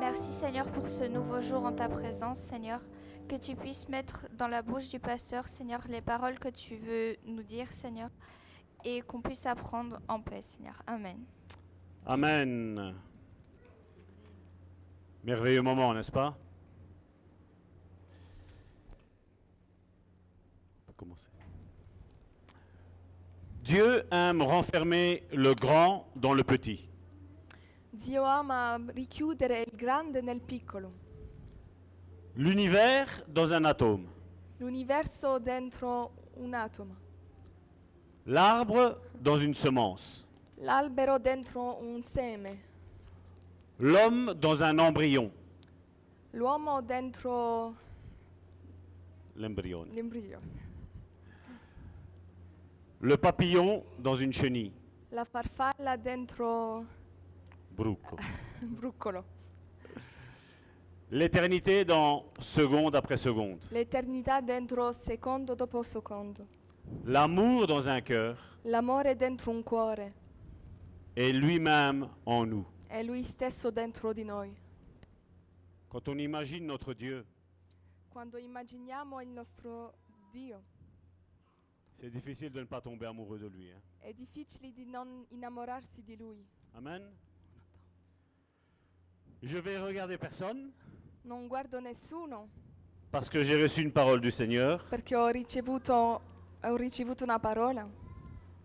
Merci Seigneur pour ce nouveau jour en ta présence, Seigneur. Que tu puisses mettre dans la bouche du pasteur, Seigneur, les paroles que tu veux nous dire, Seigneur, et qu'on puisse apprendre en paix, Seigneur. Amen. Amen. Merveilleux moment, n'est-ce pas On peut commencer. Dieu aime renfermer le grand dans le petit. Dio ama richiudere il grande nel piccolo, L'univers dans un atome. l'universo dentro un atomo, L'arbre dans une semence. l'albero dentro un seme, L'homme dans un embryon. l'uomo dentro L'embryon. l'embrione, Le papillon dans une chenille. la farfalla dentro Bruco. un bruccolo, L'éternité dans seconde après seconde. l'eternità dentro secondo dopo secondo, L'amour dans un cœur l'amore dentro un cuore et lui-même en nous. e lui stesso dentro di noi. Quand on imagine notre Dieu, Quando immaginiamo il nostro Dio, c'est difficile de ne pas tomber amoureux de lui. hein. è difficile di non innamorarsi di lui. Amen. Je vais regarder personne Non guardo nessuno parce que j'ai reçu une parole du Seigneur, perché ho ricevuto, ho ricevuto una parola,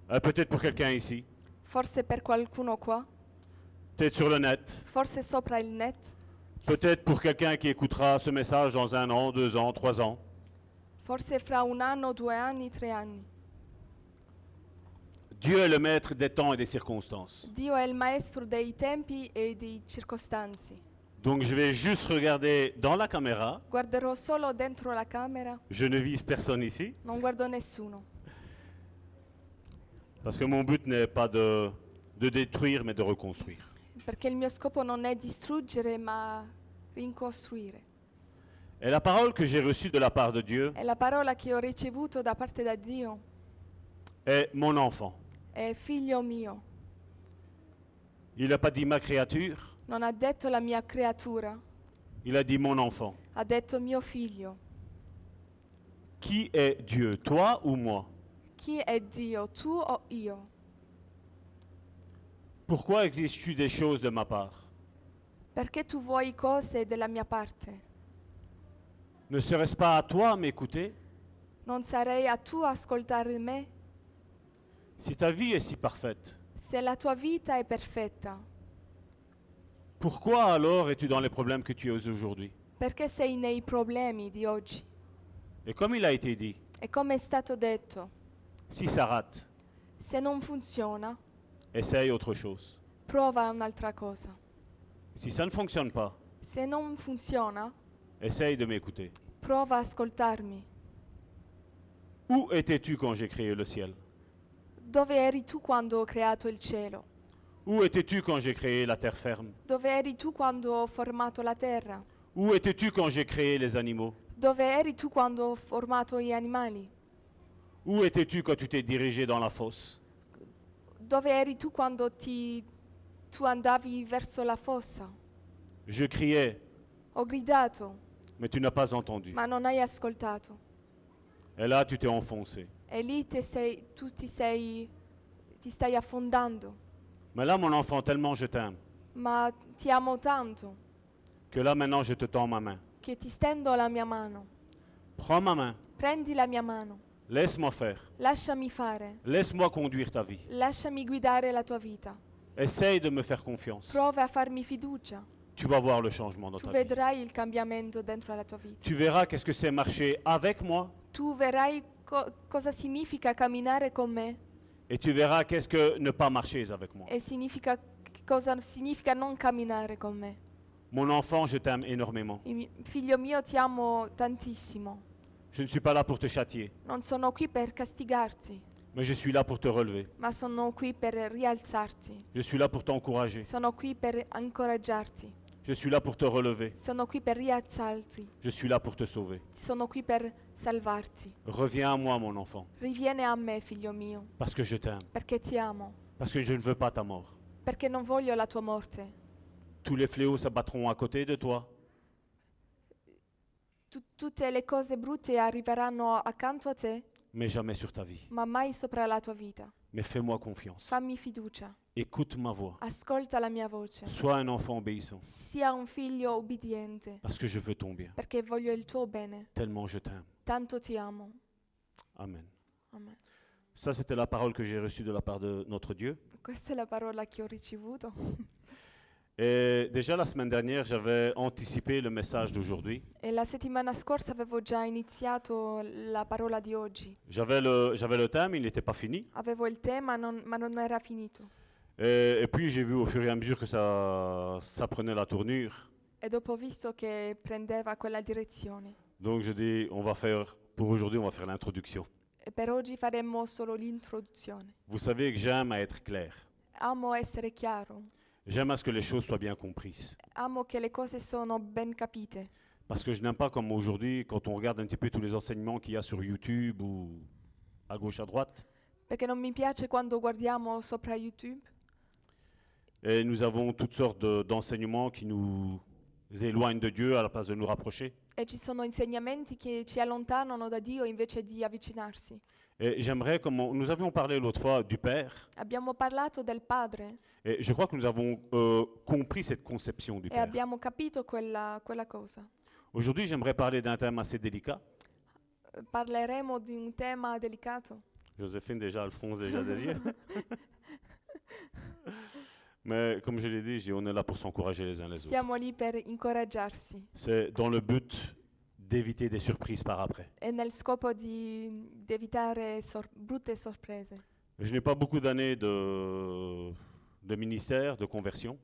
Euh, peut-être pour quelqu'un ici, forse per qualcuno qua, peut-être sur le net, forse sopra il net, peut-être pour quelqu'un qui écoutera ce message dans un an, deux ans, trois ans. forse fra un anno, due anni, tre anni. Dieu est le maître des temps et des circonstances. Dio è il maestro dei tempi e dei circostanzi. Donc je vais juste regarder dans la caméra. Guarderò solo dentro la camera, Je ne vise personne ici non guardo nessuno, parce que mon but n'est pas de, de détruire mais de reconstruire. perché il mio scopo non è distruggere ma ricostruire. Et la parole que j'ai reçue de la part de Dieu E la parola che ho ricevuto da parte da Dio est mon enfant. è figlio mio, Il n'a pas dit ma créature, non ha detto la mia creatura, il a dit mon enfant. ha detto mio figlio. Qui est Dieu, toi ou moi Chi è Dio, tu o io? Pourquoi existes-tu des choses de ma part Perché tu vuoi cose della mia parte? Ne serait-ce pas à toi à m'écouter Non sarei a tu ascoltare me? Si ta vie est si parfaite, Se la tua vita è perfetta, pourquoi alors es-tu dans les problèmes que tu es aujourd'hui perché sei nei problemi di oggi? Et comme il a été dit, E come è stato detto, si ça rate, se non funziona, essaye autre chose. prova un'altra cosa. Si ça ne fonctionne pas, Se non funziona, essaye de m'écouter. prova a ascoltarmi. Où étais-tu quand j'ai créé le ciel Dove eri tu quando ho creato il cielo? Où étais-tu quand j'ai créé la terre ferme Dove eri tu quando ho formato la terra? Où étais-tu quand j'ai créé les animaux Dove eri tu quando ho formato gli animali? Où étais-tu quand tu t'es dirigé dans la fosse Dove eri tu quando ti, tu andavi verso la fossa? Je criais, Ho gridato, mais tu n'as pas entendu. ma non hai ascoltato. Et là, tu t'es enfoncé. E lì te sei, tu ti sei, ti stai affondando. Mais là, mon enfant, tellement je t'aime, Ma ti amo tanto que là, maintenant, je te tends ma main. che ti stendo la mia mano. Prends ma main, Prendi la mia mano, laisse-moi faire, lasciami fare, laisse-moi conduire ta vie. lasciami guidare la tua vita. Essaye de me faire confiance. Prova a farmi fiducia, Tu vas voir le changement dans tu ta vie. vedrai il cambiamento dentro la tua vita. Tu verras qu'est-ce que c'est marcher avec moi Tu verrai co- cosa significa camminare con me et tu verras qu'est-ce que ne pas marcher avec moi. e significa cosa significa non camminare con me. Mon enfant, je t'aime énormément. Il mi- Figlio mio, ti amo tantissimo. Je ne suis pas là pour te châtier, Non sono qui per castigarti, mais je suis là pour te relever. ma sono qui per rialzarti. Je suis là pour t'encourager. Sono qui per incoraggiarti. Je suis là pour te relever. Sono qui per rialzarti. Je suis là pour te sauver. Sono qui per salvarti. Reviens à moi, mon enfant, Rivieni a me, figlio mio, parce que je t'aime, perché ti amo, parce que je ne veux pas ta mort. perché non voglio la tua morte. tous les fléaux s'abattront à côté de toi. Tu- tutte le cose brutte arriveranno accanto a te, mais jamais sur ta vie. ma mai sopra la tua vita. Mais fais-moi confiance. Fammi fiducia, Écoute ma voix. ascolta la mia voce. Sois un enfant obéissant, Sia un figlio ubbidiente, parce que je veux ton bien, perché voglio il tuo bene. tellement je t'aime. Tanto ti amo. Amen. Amen. Ça, c'était la parole que j'ai reçue de la part de notre Dieu. Questa è la parola che ho ricevuto. Et déjà la semaine dernière, j'avais anticipé le message d'aujourd'hui. E la settimana scorsa avevo già iniziato la parola di oggi. J'avais le, j'avais le thème, il n'était pas fini. Avevo il tema, non- ma non era finito. Et, et puis j'ai vu au fur et à mesure que ça, ça prenait la tournure. E dopo ho visto che prendeva quella direzione. Donc je dis, on va faire, pour aujourd'hui, on va faire l'introduction. E per oggi faremmo solo l'introduzione. Vous savez que j'aime à être clair. Amo essere chiaro. J'aime à ce que les choses soient bien comprises. Amo che le cose sono ben capite. Parce que je n'aime pas comme aujourd'hui, quand on regarde un petit peu tous les enseignements qu'il y a sur YouTube ou à gauche, à droite. Perché non mi piace quando guardiamo sopra YouTube Et nous avons toutes sortes de- d'enseignements qui nous éloignent de Dieu à la place de nous rapprocher. e ci sono insegnamenti che ci allontanano da Dio invece di avvicinarsi. Et j'aimerais, comme on- nous avions parlé l'autre fois du Père, Abbiamo parlato del Padre et je crois que nous avons euh, compris cette conception du e Père. abbiamo capito quella, quella cosa. Aujourd'hui, j'aimerais parler d'un thème assez délicat. Eh, Parleremo di un tema delicato. Joséphine déjà le fronce déjà des yeux. Mais comme je l'ai dit, j'ai- on est là pour s'encourager les uns les autres. Siamo lì per incoraggiarsi C'est dans le but d'éviter des surprises par après. e nel scopo di, di evitare sor- brutte sorprese. Je n'ai pas beaucoup d'années de, de ministère, de conversion,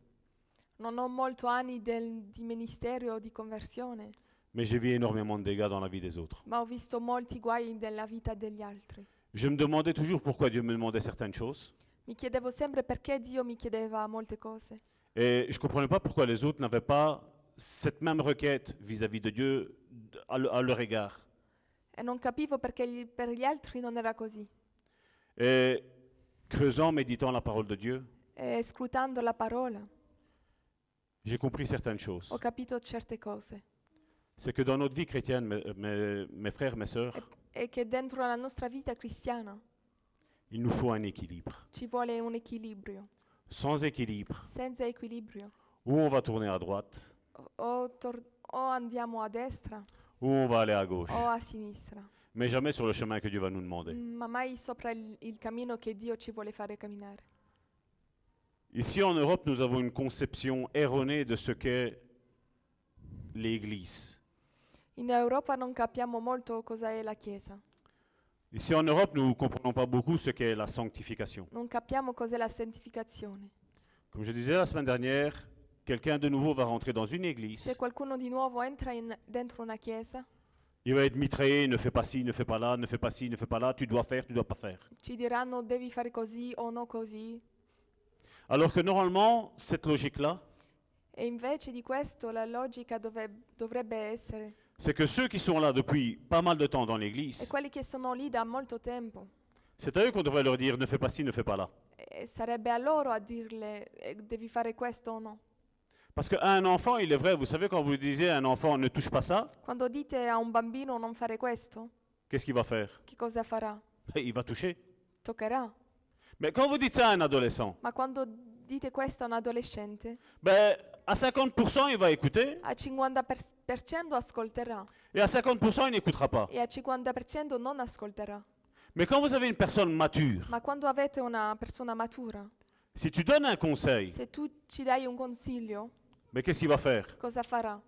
Non ho molto anni del- di ministero o di conversione, mais j'ai vu énormément de dégâts dans la vie des autres. ma ho visto molti guai nella vita degli altri. Je me demandais toujours pourquoi Dieu me demandait certaines choses. Mi chiedevo sempre perché Dio mi chiedeva molte cose Et je ne comprenais pas pourquoi les autres n'avaient pas cette même requête vis-à-vis de Dieu d- à, le- à leur égard. e non capivo perché gli- per gli altri non era così. Et creusant, méditant la parole de Dieu, E scrutando la parola j'ai compris certaines choses. ho capito certe cose C'est que dans notre vie chrétienne, mes, mes- mes frères, mes sœurs, e che dentro la nostra vita cristiana il nous faut un équilibre. ci vuole un equilibrio. Sans équilibre, Senza equilibrio où on va tourner à droite, o- o, tor- o andiamo a destra où on va aller à gauche, o a sinistra, mais jamais sur le chemin que Dieu va nous demander. ma mai sopra il, il cammino che Dio ci vuole fare camminare. Ici en Europe, nous avons une conception erronée de ce qu'est l'Église. In Europa non capiamo molto cosa è la Chiesa, Ici en Europe, nous ne comprenons pas beaucoup ce qu'est la sanctification. non capiamo cos'è la sanctificazione. Comme je disais la semaine dernière, quelqu'un de nouveau va rentrer dans une Se église, qualcuno di nuovo entra in- dentro una Chiesa, il va être mitraillé, ne fais pas ci, ne fais pas là, ne fais pas ci, ne fais pas là, tu dois faire, tu dois pas faire. ci diranno devi fare così o no così, Alors que normalement, cette logique-là, e invece di questo la logica dove- dovrebbe essere, c'est que ceux qui sont là depuis pas mal de temps dans e l'église, quelli che sono lì da molto tempo, c'est à eux qu'on devrait leur dire ne fais pas ci, ne fais pas là. e sarebbe a loro a dirle eh, devi fare questo o no. Parce qu'un enfant, il est vrai, vous savez, quand vous disiez à un enfant ne touche pas ça, Quando dite a un bambino non fare questo, qu'est-ce qu'il va faire Ben, che cosa farà? Il va toucher. Toccherà. Mais quand vous dites ça à un adolescent, Ma quando dite questo a un adolescente, ben, à 50%, il va écouter a 50% ascolterà et à 50%, il n'écoutera pas. e a 50% non ascolterà. Mais quand vous avez une personne mature, Ma quando avete una persona matura, si tu donnes un conseil, se tu ci dai un consiglio, mais qu'est-ce qu'il va faire cosa farà?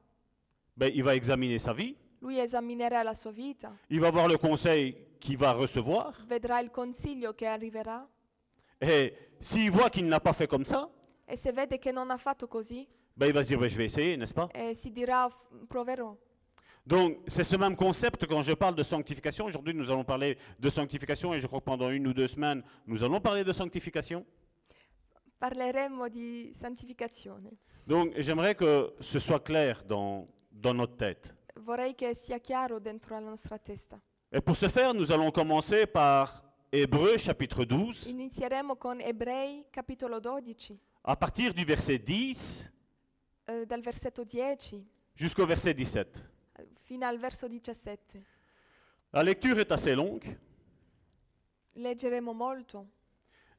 ben, Il va examiner sa vie, Lui esaminerà la sua vita, il va voir le conseil qu'il va recevoir vedrà il consiglio che arriverà et s'il voit qu'il n'a pas fait comme ça, e se vede che non ha fatto così, ben, il va se dire ben, je vais essayer, n'est-ce pas eh, si dirà "F- proverò. Donc, c'est ce même concept quand je parle de sanctification. Aujourd'hui, nous allons parler de sanctification et je crois que pendant une ou deux semaines, nous allons parler de sanctification. Parleremo di santificazione. Donc, j'aimerais que ce soit clair dans, dans notre tête. Vorrei che sia chiaro dentro la nostra testa. Et pour ce faire, nous allons commencer par Hébreu chapitre 12, Inizieremo con Ebrei capitolo 12, à partir du verset 10 eh, dal versetto 10 jusqu'au verset 17. eh, fino al verso 17. La lecture est assez longue Leggeremo molto.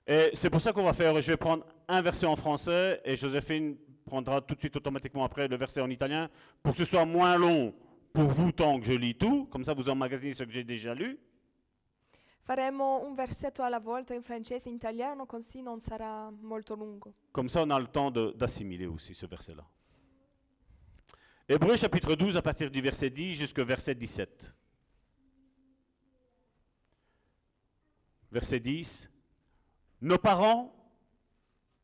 et c'est pour ça qu'on va faire, je vais prendre un verset en français et Joséphine prendra tout de suite automatiquement après le verset en italien pour que ce soit moins long pour vous tant que je lis tout, comme ça vous emmagasinez ce que j'ai déjà lu. Faremo un versetto alla volta in francese e in italiano, così non sarà molto lungo. Comme ça, on a le temps de- d'assimiler aussi ce verset-là. Hébreu chapitre 12, à partir du verset 10 jusqu'au verset 17. Verset 10. Nos parents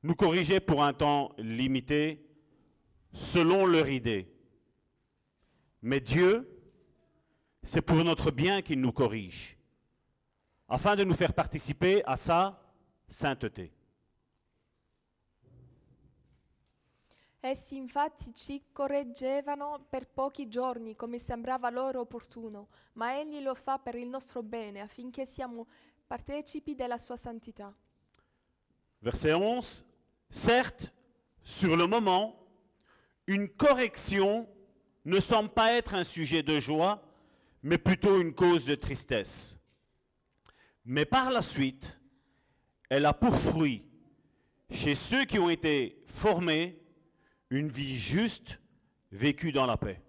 nous corrigeaient pour un temps limité, selon leur idée. Mais Dieu, c'est pour notre bien qu'il nous corrige, afin de nous faire participer à sa sainteté. Essi infatti ci correggevano per pochi giorni, come sembrava loro opportuno, ma Egli lo fa per il nostro bene, affinché siamo partecipi della sua santità. Verset 11. Certes, sur le moment, une correction ne semble pas être un sujet de joie, mais plutôt une cause de tristesse. Mais par la suite, elle a pour fruit, chez ceux qui ont été formés, une vie juste vécue dans la paix.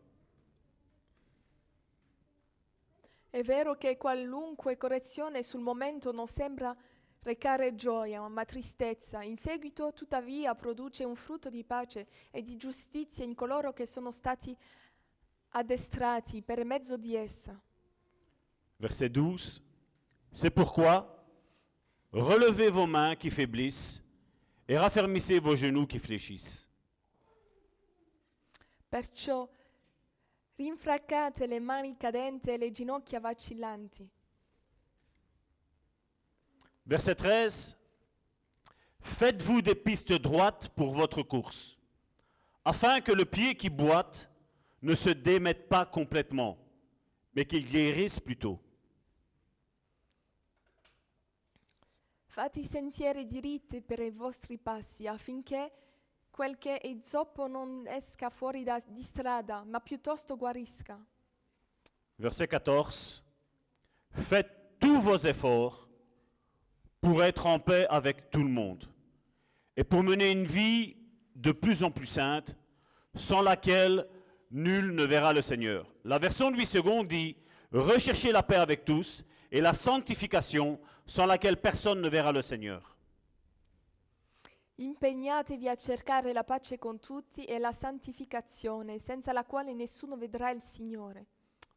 È vero che qualunque correzione sul momento non sembra recare gioia, ma tristezza. In seguito, tuttavia, produce un frutto di pace e di giustizia in coloro che sono stati addestrati per mezzo di essa. Verset 12. C'est pourquoi relevez vos mains qui faiblissent et raffermissez vos genoux qui fléchissent. Perciò rinfraccate le mani cadenti e le ginocchia vacillanti. Verset 13. Faites-vous des pistes droites pour votre course, afin que le pied qui boite ne se démette pas complètement, mais qu'il guérisse plutôt. Fate i sentieri diritti per i vostri passi affinché quel che è zoppo non esca fuori da- di strada, ma piuttosto guarisca. Verset 14. Faites tous vos efforts pour être en paix avec tout le monde et pour mener une vie de plus en plus sainte, sans laquelle nul ne verra le Seigneur. La version de 8 secondes dit Recherchez la paix avec tous et la sanctification, sans laquelle personne ne verra le Seigneur. Impegnatevi a cercare la pace con tutti e la santificazione, senza la quale nessuno vedrà il Signore.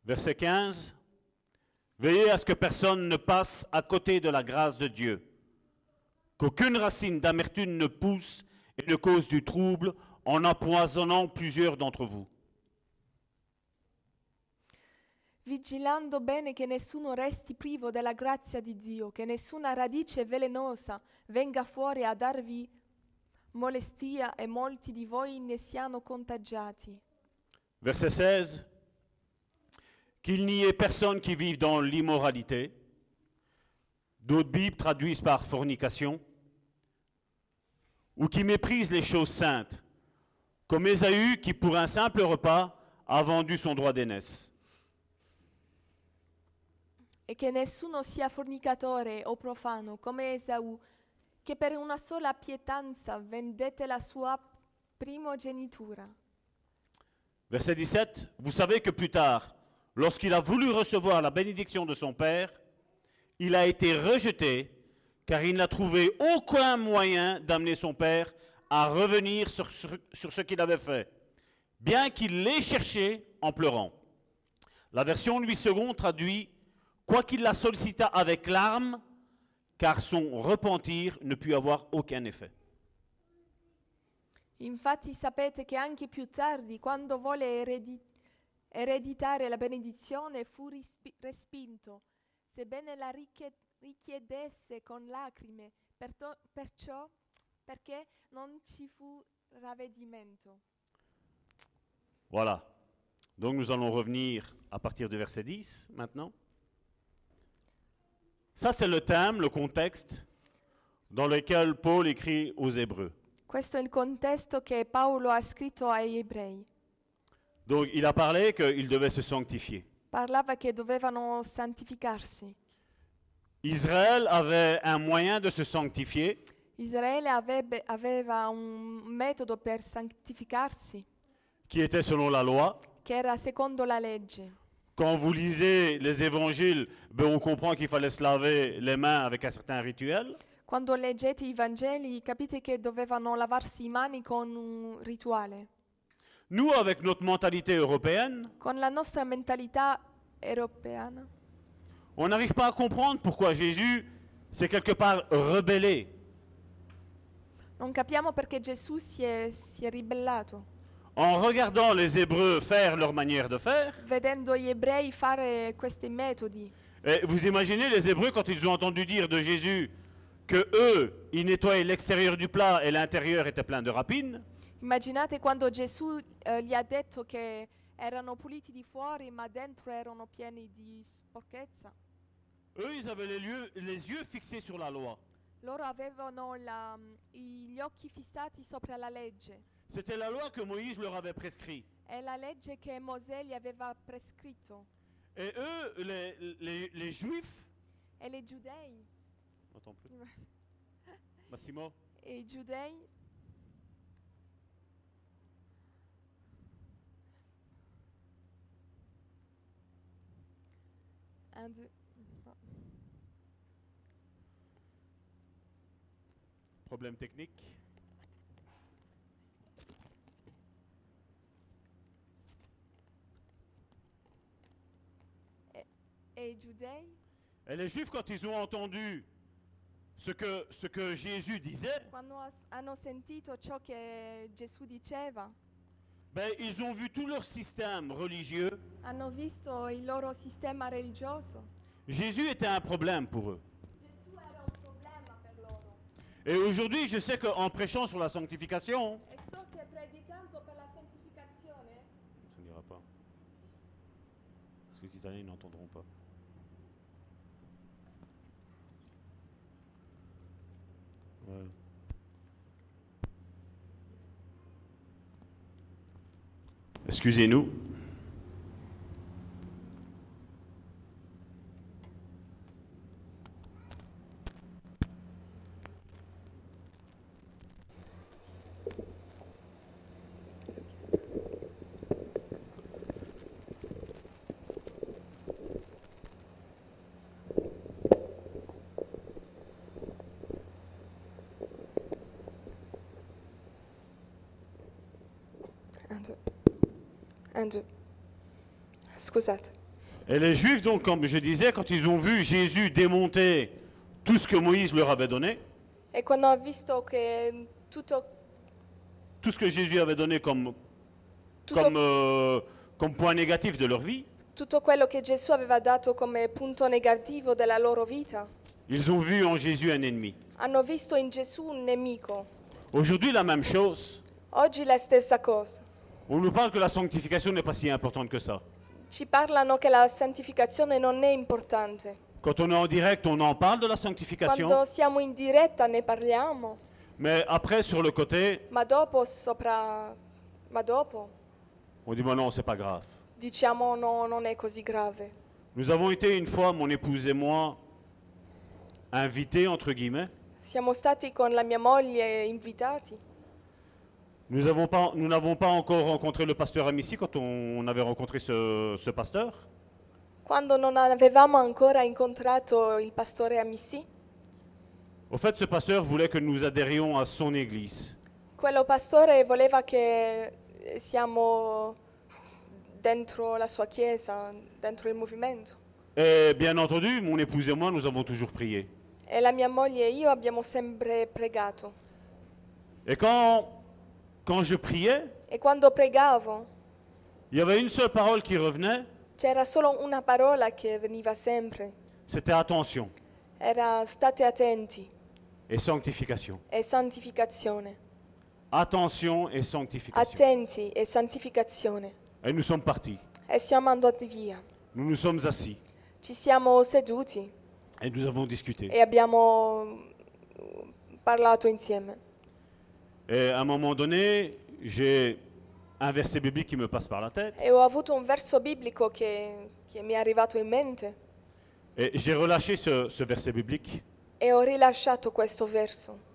Verset 15. Veillez à ce que personne ne passe à côté de la grâce de Dieu, qu'aucune racine d'amertume ne pousse et ne cause du trouble en empoisonnant plusieurs d'entre vous. Vigilando bene che nessuno resti privo della grazia di Dio, che nessuna radice velenosa venga fuori a darvi molestia e molti di voi ne siano contagiati. Verset 16. Qu'il n'y ait personne qui vive dans l'immoralité. D'autres Bibles traduisent par fornication. Ou qui méprise les choses saintes, comme Ésaü qui, pour un simple repas, a vendu son droit d'aînesse. E che nessuno sia fornicatore o profano come Esaù, che per una sola pietanza vendette la sua primogenitura. Verset 17, vous savez que plus tard, lorsqu'il a voulu recevoir la bénédiction de son Père, il a été rejeté car il n'a trouvé aucun moyen d'amener son Père à revenir sur, sur- sur ce qu'il avait fait, bien qu'il l'ait cherché en pleurant. La version 8 secondes traduit, quoiqu'il la sollicita avec larmes, car son repentir ne put avoir aucun effet. Infatti sapete che anche più tardi, quando volle eredi- ereditare la benedizione, fu rispi- respinto, sebbene la richie- richiedesse con lacrime, perto- perciò perché non ci fu ravvedimento. Voilà. Donc nous allons revenir à partir du verset 10 maintenant. Ça, c'est le thème, le contexte dans lequel Paul écrit aux Hébreux. Questo è il contesto che Paolo ha scritto agli ebrei. Donc il a parlé qu'ils devaient se sanctifier. Parlava che dovevano santificarsi. Israël avait un moyen de se sanctifier, Israele avrebbe- aveva un metodo per santificarsi, qui était selon la loi. che era secondo la legge. Quand vous lisez les évangiles, ben, on comprend qu'il fallait se laver les mains avec un certain rituel. Quando leggete i Vangeli capite che dovevano lavarsi i mani con un rituale. Nous, avec notre mentalité européenne, Con la nostra mentalità europeana on n'arrive pas à comprendre pourquoi Jésus s'est quelque part rebellé non capiamo perché Gesù si è, si è ribellato, en regardant les Hébreux faire leur manière de faire. vedendo gli ebrei fare questi metodi. Et vous imaginez les Hébreux quand ils ont entendu dire de Jésus que eux, ils nettoyaient l'extérieur du plat et l'intérieur était plein de rapines. Immaginate quando Gesù eh, gli ha detto che erano puliti di fuori ma dentro erano pieni di sporchezza. Eux, ils avaient les, lieux- les yeux fixés sur la loi. Loro avevano la- gli occhi fissati sopra la legge. C'était la loi que Moïse leur avait prescrite. È la legge che Mosè gli aveva prescritto. Et eux, les, les- les Juifs, E le giudei, Attends plus. Massimo, e i giudei Un, due- no. problème technique. E i giudei, Et les Juifs, quand ils ont entendu ce que, ce que Jésus disait, quando has- hanno sentito ciò che Gesù diceva, ben, ils ont vu tout leur système religieux. hanno visto il loro sistema religioso. Jésus était un problème pour eux. Gesù era un problema per loro. Et aujourd'hui, je sais qu'en prêchant sur la sanctification, E so che predicando per la santificazione, ça n'ira pas. Parce que les Italiens ils n'entendront pas. Ouais. Excusez-nous. Un, deux. Un, deux. Scusate. Et les Juifs, donc, comme je disais, quand ils ont vu Jésus démonter tout ce que Moïse leur avait donné, E quando ho visto che tutto, tout ce que Jésus avait donné comme, tutto, comme, euh, comme point négatif de leur vie, tutto quello che Gesù aveva dato come punto negativo della loro vita, ils ont vu en Jésus un ennemi. hanno visto in Gesù un nemico. Aujourd'hui, la même chose. Oggi la stessa cosa. On nous parle que la sanctification n'est pas si importante que ça. Ci parlano che la santificazione non è importante. Quand on est en direct, on en parle de la sanctification, Quando siamo in diretta ne parliamo, mais après, sur le côté, ma dopo sopra... ma dopo on dit, bon non, c'est pas grave. diciamo no, non è così grave. Nous avons été une fois, mon épouse et moi, invités, entre guillemets. Siamo stati con la mia moglie invitati. Nous avons pas- nous n'avons pas, encore rencontré le pasteur Amici quand on, on avait rencontré ce, ce pasteur. Quando non avevamo ancora incontrato il pastore Amissi, Au fait, ce pasteur voulait que nous adhérions à son église. quello pastore voleva che eh, siamo dentro la sua chiesa, dentro il movimento. Et bien entendu, mon épouse et moi, nous avons toujours prié. E la mia moglie e io abbiamo sempre pregato. Et quand, quand je priais, E quando pregavo il y avait une seule parole qui revenait, c'era solo una parola che veniva sempre. c'était attention Era state attenti et sanctification. e santificazione. Attention et sanctification. Attenti e santificazione. Et nous sommes partis. E siamo andati via. Nous nous sommes assis Ci siamo seduti et nous avons discuté. e abbiamo eh, parlato mm, insieme. Et à un moment donné, j'ai un verset biblique qui me passe par la tête. E ho avuto un verso biblico che, che mi è arrivato in mente Et j'ai relâché ce, ce verset biblique. e ho rilasciato questo verso.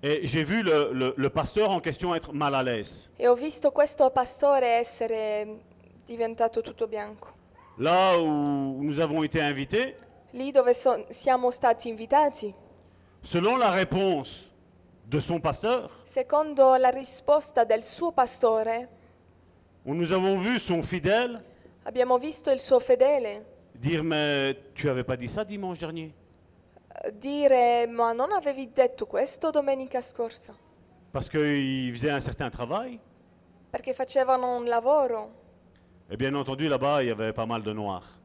Et j'ai vu le, le- le pasteur en question être mal à l'aise. E ho visto questo pastore essere mm, diventato tutto bianco. Là où nous avons été invités, Lì dove so- siamo stati invitati, selon la réponse de son pasteur, secondo la risposta del suo pastore, où nous avons vu son fidèle abbiamo visto il suo fedele dire Mais tu n'avais pas dit ça dimanche dernier eh, dire ma non avevi detto questo domenica scorsa, Parce qu'il faisait un certain travail. perché facevano un lavoro Et bien entendu, là-bas, il y avait pas mal de noirs.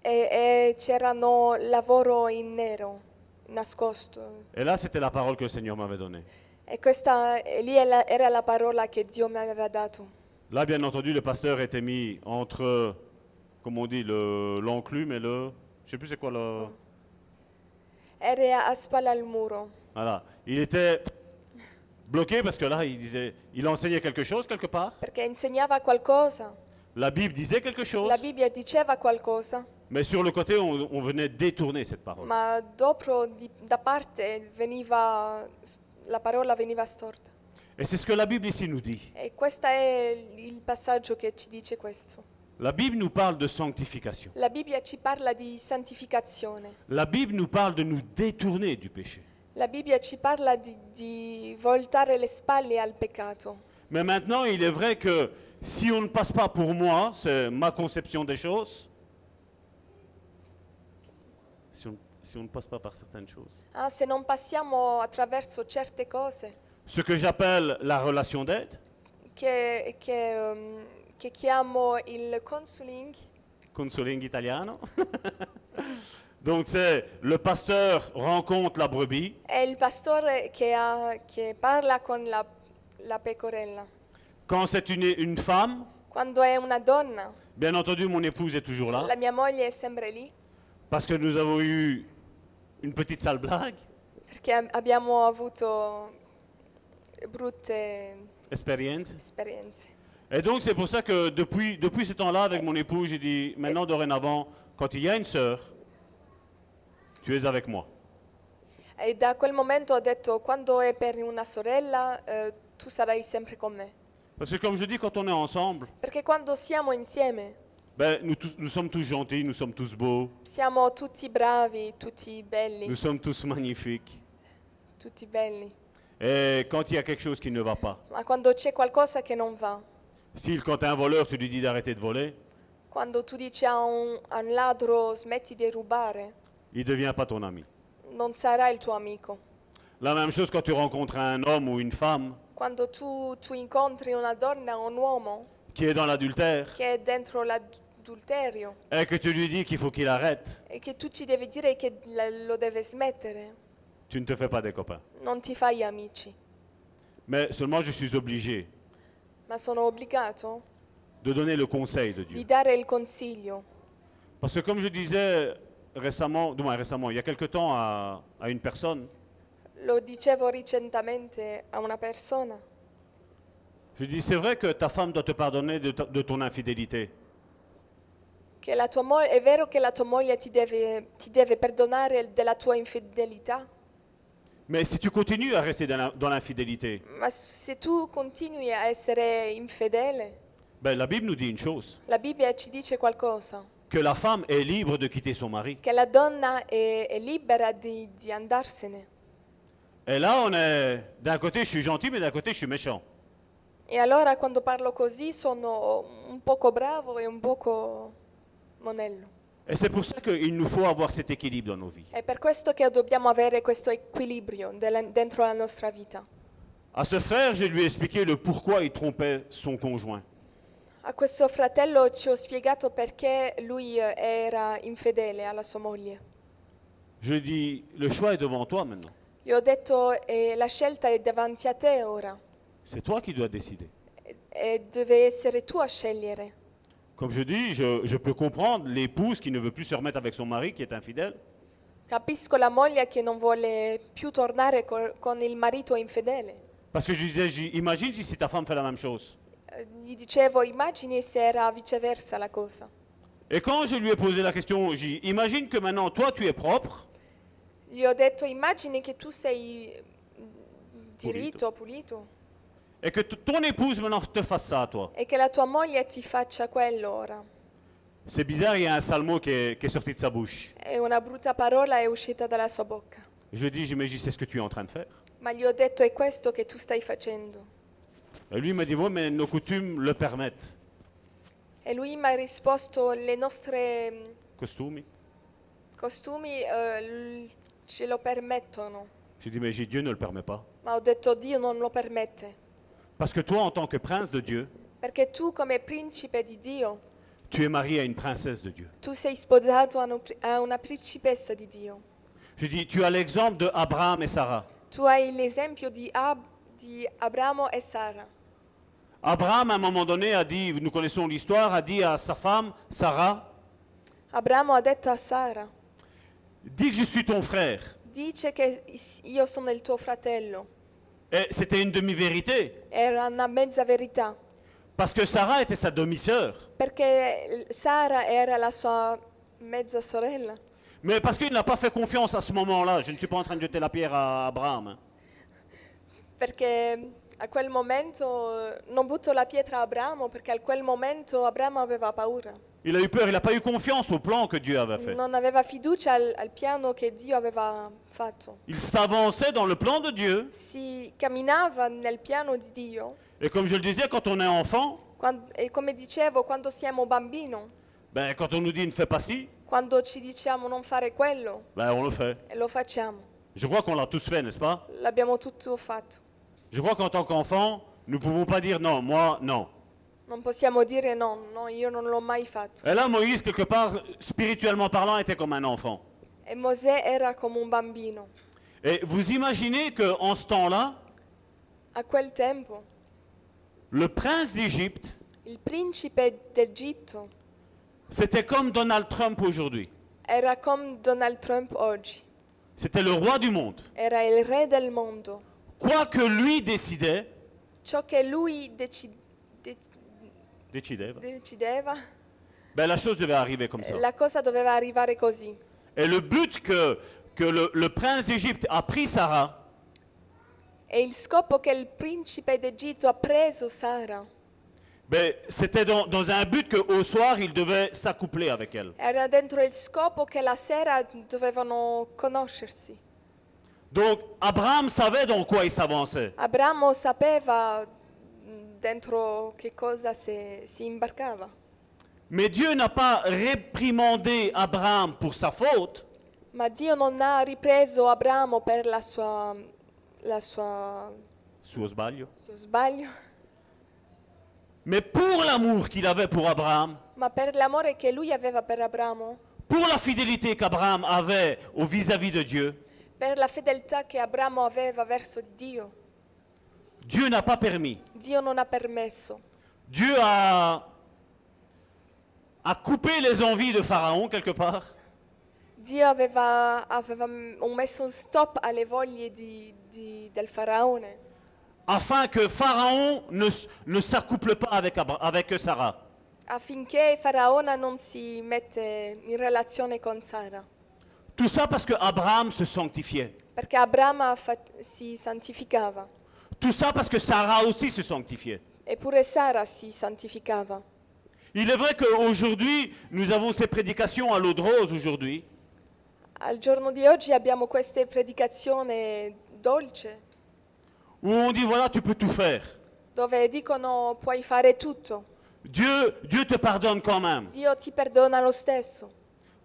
e, e c'erano lavoro in nero, nascosto. Et là, c'était la parole que le Seigneur m'avait donnée. E questa e lì è la- era la parola che Dio mi aveva dato. Là, bien entendu, le pasteur était mis entre, euh, comme on dit, le- l'enclume et le... Je sais plus c'est quoi le... Era a spalla al muro. Voilà. Il était bloqué parce que là, il disait... Il enseignait quelque chose quelque part. Perché insegnava qualcosa, La Bible disait quelque chose. la Bibbia diceva qualcosa, Mais sur le côté, on, on venait détourner cette parole. ma dopo di- da parte veniva, la parola veniva storta. Et c'est ce que la Bible ici nous dit. E questo è il passaggio che ci dice questo. La Bible nous parle de sanctification. La Bibbia ci parla di santificazione, La Bible nous parle de nous détourner du péché. la Bibbia ci parla di, di voltare le spalle al peccato. Mais maintenant, il est vrai que si on ne passe pas pour moi, c'est ma conception des choses. Si on, si on ne passe pas par certaines choses. Ah, se non passiamo attraverso certe cose Ce que j'appelle la relation d'aide, che, che, ehm, che chiamo il counseling, consoling italiano. Donc c'est le pasteur rencontre la brebis, è il pastore che, ha- che parla con la, la pecorella. quand c'est une, une femme, Quando è una donna, bien entendu mon épouse est toujours là, la mia moglie è sempre lì, parce que nous avons eu une petite sale blague, perché am- abbiamo avuto brutte expérience. esperienze. Et donc, c'est pour ça que depuis, depuis ce temps-là, avec mon épouse, j'ai dit maintenant, dorénavant, quand il y a une sœur, tu es avec moi. E da quel momento ho detto, quando è per una sorella, eh, tu sarai sempre con me. Parce que, comme je dis, quand on est ensemble, Perché quando siamo insieme, ben, nous, tous- nous sommes tous gentils, nous sommes tous beaux, siamo tutti bravi, tutti belli, nous sommes tous magnifiques. tutti belli. Et quand il y a quelque chose qui ne va pas, Ma quando c'è qualcosa che non va, style quand tu es un voleur, tu lui dis d'arrêter de voler, quando tu dici a un, a un ladro smetti di rubare, il ne devient pas ton ami. non sarà il tuo amico. La même chose quand tu rencontres un homme ou une femme Quando tu, tu incontri una donna o un uomo qui est dans l'adultère che è dentro l'adulterio et que tu lui dis qu'il faut qu'il arrête, e che tu ci devi dire che la- lo deve smettere, tu ne te fais pas des copains. non ti fai amici, Mais seulement, je suis obligé ma sono obbligato de donner le conseil de Dieu. di dare il consiglio. Parce que comme je disais récemment, du moins récemment, il y a quelque temps à, à une personne, Lo dicevo recentemente a una persona, je dis c'est vrai que ta femme doit te pardonner de, ta- de ton infidélité. che la tua mo- è vero che la tua moglie ti deve, ti deve perdonare della tua infedelità, Mais si tu continues à rester dans la- dans l'infidélité, ma se tu continui a essere infedele, ben, la Bible nous dit une chose, la Bibbia ci dice qualcosa, que la femme est libre de quitter son mari. che la donna è, è libera di, di andarsene. Et là, on est, d'un côté je suis gentil, mais d'un côté je suis méchant. E allora quando parlo così sono un poco bravo e un poco monello. Et c'est pour ça qu'il nous faut avoir cet équilibre dans nos vies. È per questo che dobbiamo avere questo equilibrio della- dentro la nostra vita. À ce frère, je lui ai expliqué le pourquoi il trompait son conjoint. A questo fratello ci ho spiegato perché lui eh, era infedele alla sua moglie. Je lui ai dit, le choix est devant toi maintenant. Gli ho detto eh, la scelta è davanti a te ora, C'est toi qui dois décider. e- e deve essere tu a scegliere. Comme je dis, je, je peux comprendre l'épouse qui ne veut plus se remettre avec son mari qui est infidèle. Capisco la moglie che non vuole più tornare col- con il marito infedele. Parce que je disais, j- imagine si ta femme fait la même chose. Eh, Gli dicevo immagini se era viceversa la cosa. Et quand je lui ai posé la question, j'ai dit, imagine que maintenant toi tu es propre, Gli ho detto immagini che tu sei eh, diritto, pulito, et que t- ton épouse maintenant te fasse ça, toi. e che la tua moglie ti faccia quello ora. C'est bizarre, il y a un salmo qui est, qui est sorti de sa bouche. E una brutta parola è uscita dalla sua bocca. Je dis, j'ai, mais j'y sais ce que tu es en train de faire. Ma gli ho detto è questo che tu stai facendo. Et lui il m'a dit, oui, mais nos coutumes le permettent. E lui mi ha risposto le nostre mm, Costumi. costumi eh, l- ce lo permettono. J'ai dit, mais j'ai dit, Dieu ne le permet pas. Ma ho detto Dio non lo permette. Parce que toi, en tant que prince de Dieu, Perché tu come principe di Dio, tu es marié à une princesse de Dieu. tu sei sposato a un pri- a una principessa di Dio. Je dis, tu as l'exemple de Abraham et Sarah. Tu hai l'esempio di, Ab- di Abramo e Sara. Abraham, à un moment donné, a dit, nous connaissons l'histoire, a dit à sa femme, Sarah, Abramo ha detto a Sara, dis que je suis ton frère. dice che is- io sono il tuo fratello. Et c'était une demi-vérité, Era una mezza verità, parce que Sarah était sa demi-sœur. perché l- Sara era la sua mezza sorella. Mais parce qu'il n'a pas fait confiance à ce moment-là, je ne suis pas en train de jeter la pierre à Abraham. hein. Perché a quel momento eh, non butto la pietra a Abramo perché a quel momento Abramo aveva paura. Il a eu peur, il n'a pas eu confiance au plan que Dieu avait fait. Non aveva fiducia al, al piano che Dio aveva fatto. Il s'avançait dans le plan de Dieu. Si camminava nel piano di Dio Et comme je le disais, quand on est enfant, quan- e come dicevo quando siamo bambino, ben, quand on nous dit ne fais pas ci, quando ci diciamo non fare quello ben, on le fait. e lo facciamo. Je crois qu'on l'a tous fait, n'est-ce pas L'abbiamo tutto fatto. Je crois qu'en tant qu'enfant, nous ne pouvons pas dire non, moi, non. Non possiamo dire no, no, io non l'ho mai fatto. Et là, Moïse, quelque part, spirituellement parlant, était comme un enfant. E Mosè era come un bambino. Et vous imaginez qu'en ce temps-là, A quel tempo le prince d'Égypte, il principe d'Egitto c'était comme Donald Trump aujourd'hui. Era come Donald Trump oggi, C'était le roi du monde. era il re del mondo. Quoi que lui décidait, Ciò che lui deci- de- décidait, va. decideva, ben, la chose devait arriver comme ça. la cosa doveva arrivare così. Et le but que, que le, le prince d'Égypte a pris Sarah, E il scopo che il principe d'Egitto ha preso Sara ben, c'était dans, dans un but qu'au soir, il devait s'accoupler avec elle. era dentro il scopo che la sera dovevano conoscersi. Donc, Abraham savait dans quoi il s'avançait. Abramo sapeva mh, dentro che cosa se- si imbarcava, Mais Dieu n'a pas réprimandé Abraham pour sa faute, ma Dio non ha ripreso Abramo per la sua, la sua, suo sbaglio, il suo sbaglio. mais pour l'amour qu'il avait pour Abraham, Ma per l'amore che lui aveva per Abramo, pour la fidélité qu'Abraham avait au vis-à-vis de Dieu, per la fedeltà che Abramo aveva verso di Dio, Dieu n'a pas permis. Dio non ha permesso. Dieu a, a coupé les envies de Pharaon quelque part. Dio aveva, aveva m- messo un stop alle voglie di- di- del faraone Afin que Pharaon ne, s- ne s'accouple pas avec, Abra- avec Sarah. affinché Faraona non si mette in relazione con Sara, Tout ça parce que Abraham se sanctifiait. perché Abramo fa- si santificava, Tout ça parce que Sarah aussi se sanctifiait. eppure Sara si santificava. Il est vrai qu'aujourd'hui, nous avons ces prédications à l'eau de rose aujourd'hui. Al giorno di oggi abbiamo queste predicazioni dolce, où on dit voilà, tu peux tout faire. dove dicono puoi fare tutto, Dieu, Dieu te pardonne quand même. Dio ti perdona lo stesso.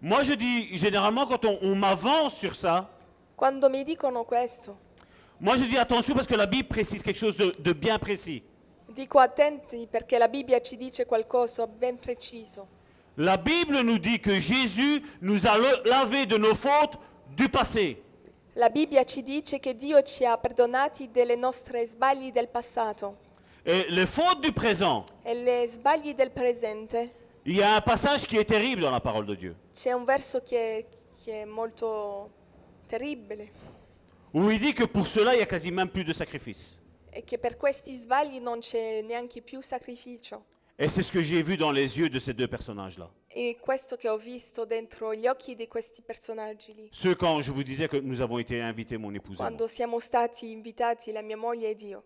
Moi, je dis généralement quand on, on m'avance sur ça, Quando mi dicono questo, moi je dis attention parce que la Bible précise quelque chose de, de bien précis. dico attenti perché la Bibbia ci dice qualcosa ben preciso. La Bible nous dit que Jésus nous a le- lavé de nos fautes du passé. La Bibbia ci dice che Dio ci ha perdonati delle nostre sbagli del passato Et les fautes du présent, e le sbagli del presente. il y a un passage qui est terrible dans la parole de Dieu. C'è un verso che, che è molto terribile où il dit que pour cela, il n'y a quasi même plus de sacrifice. e che per questi sbagli non c'è neanche più sacrificio. Et c'est ce que j'ai vu dans les yeux de ces deux personnages-là. E questo che ho visto dentro gli occhi di questi personaggi lì, Ceux quand je vous disais que nous avons été invités, mon épouse. et moi. quando siamo stati invitati, la mia moglie ed io,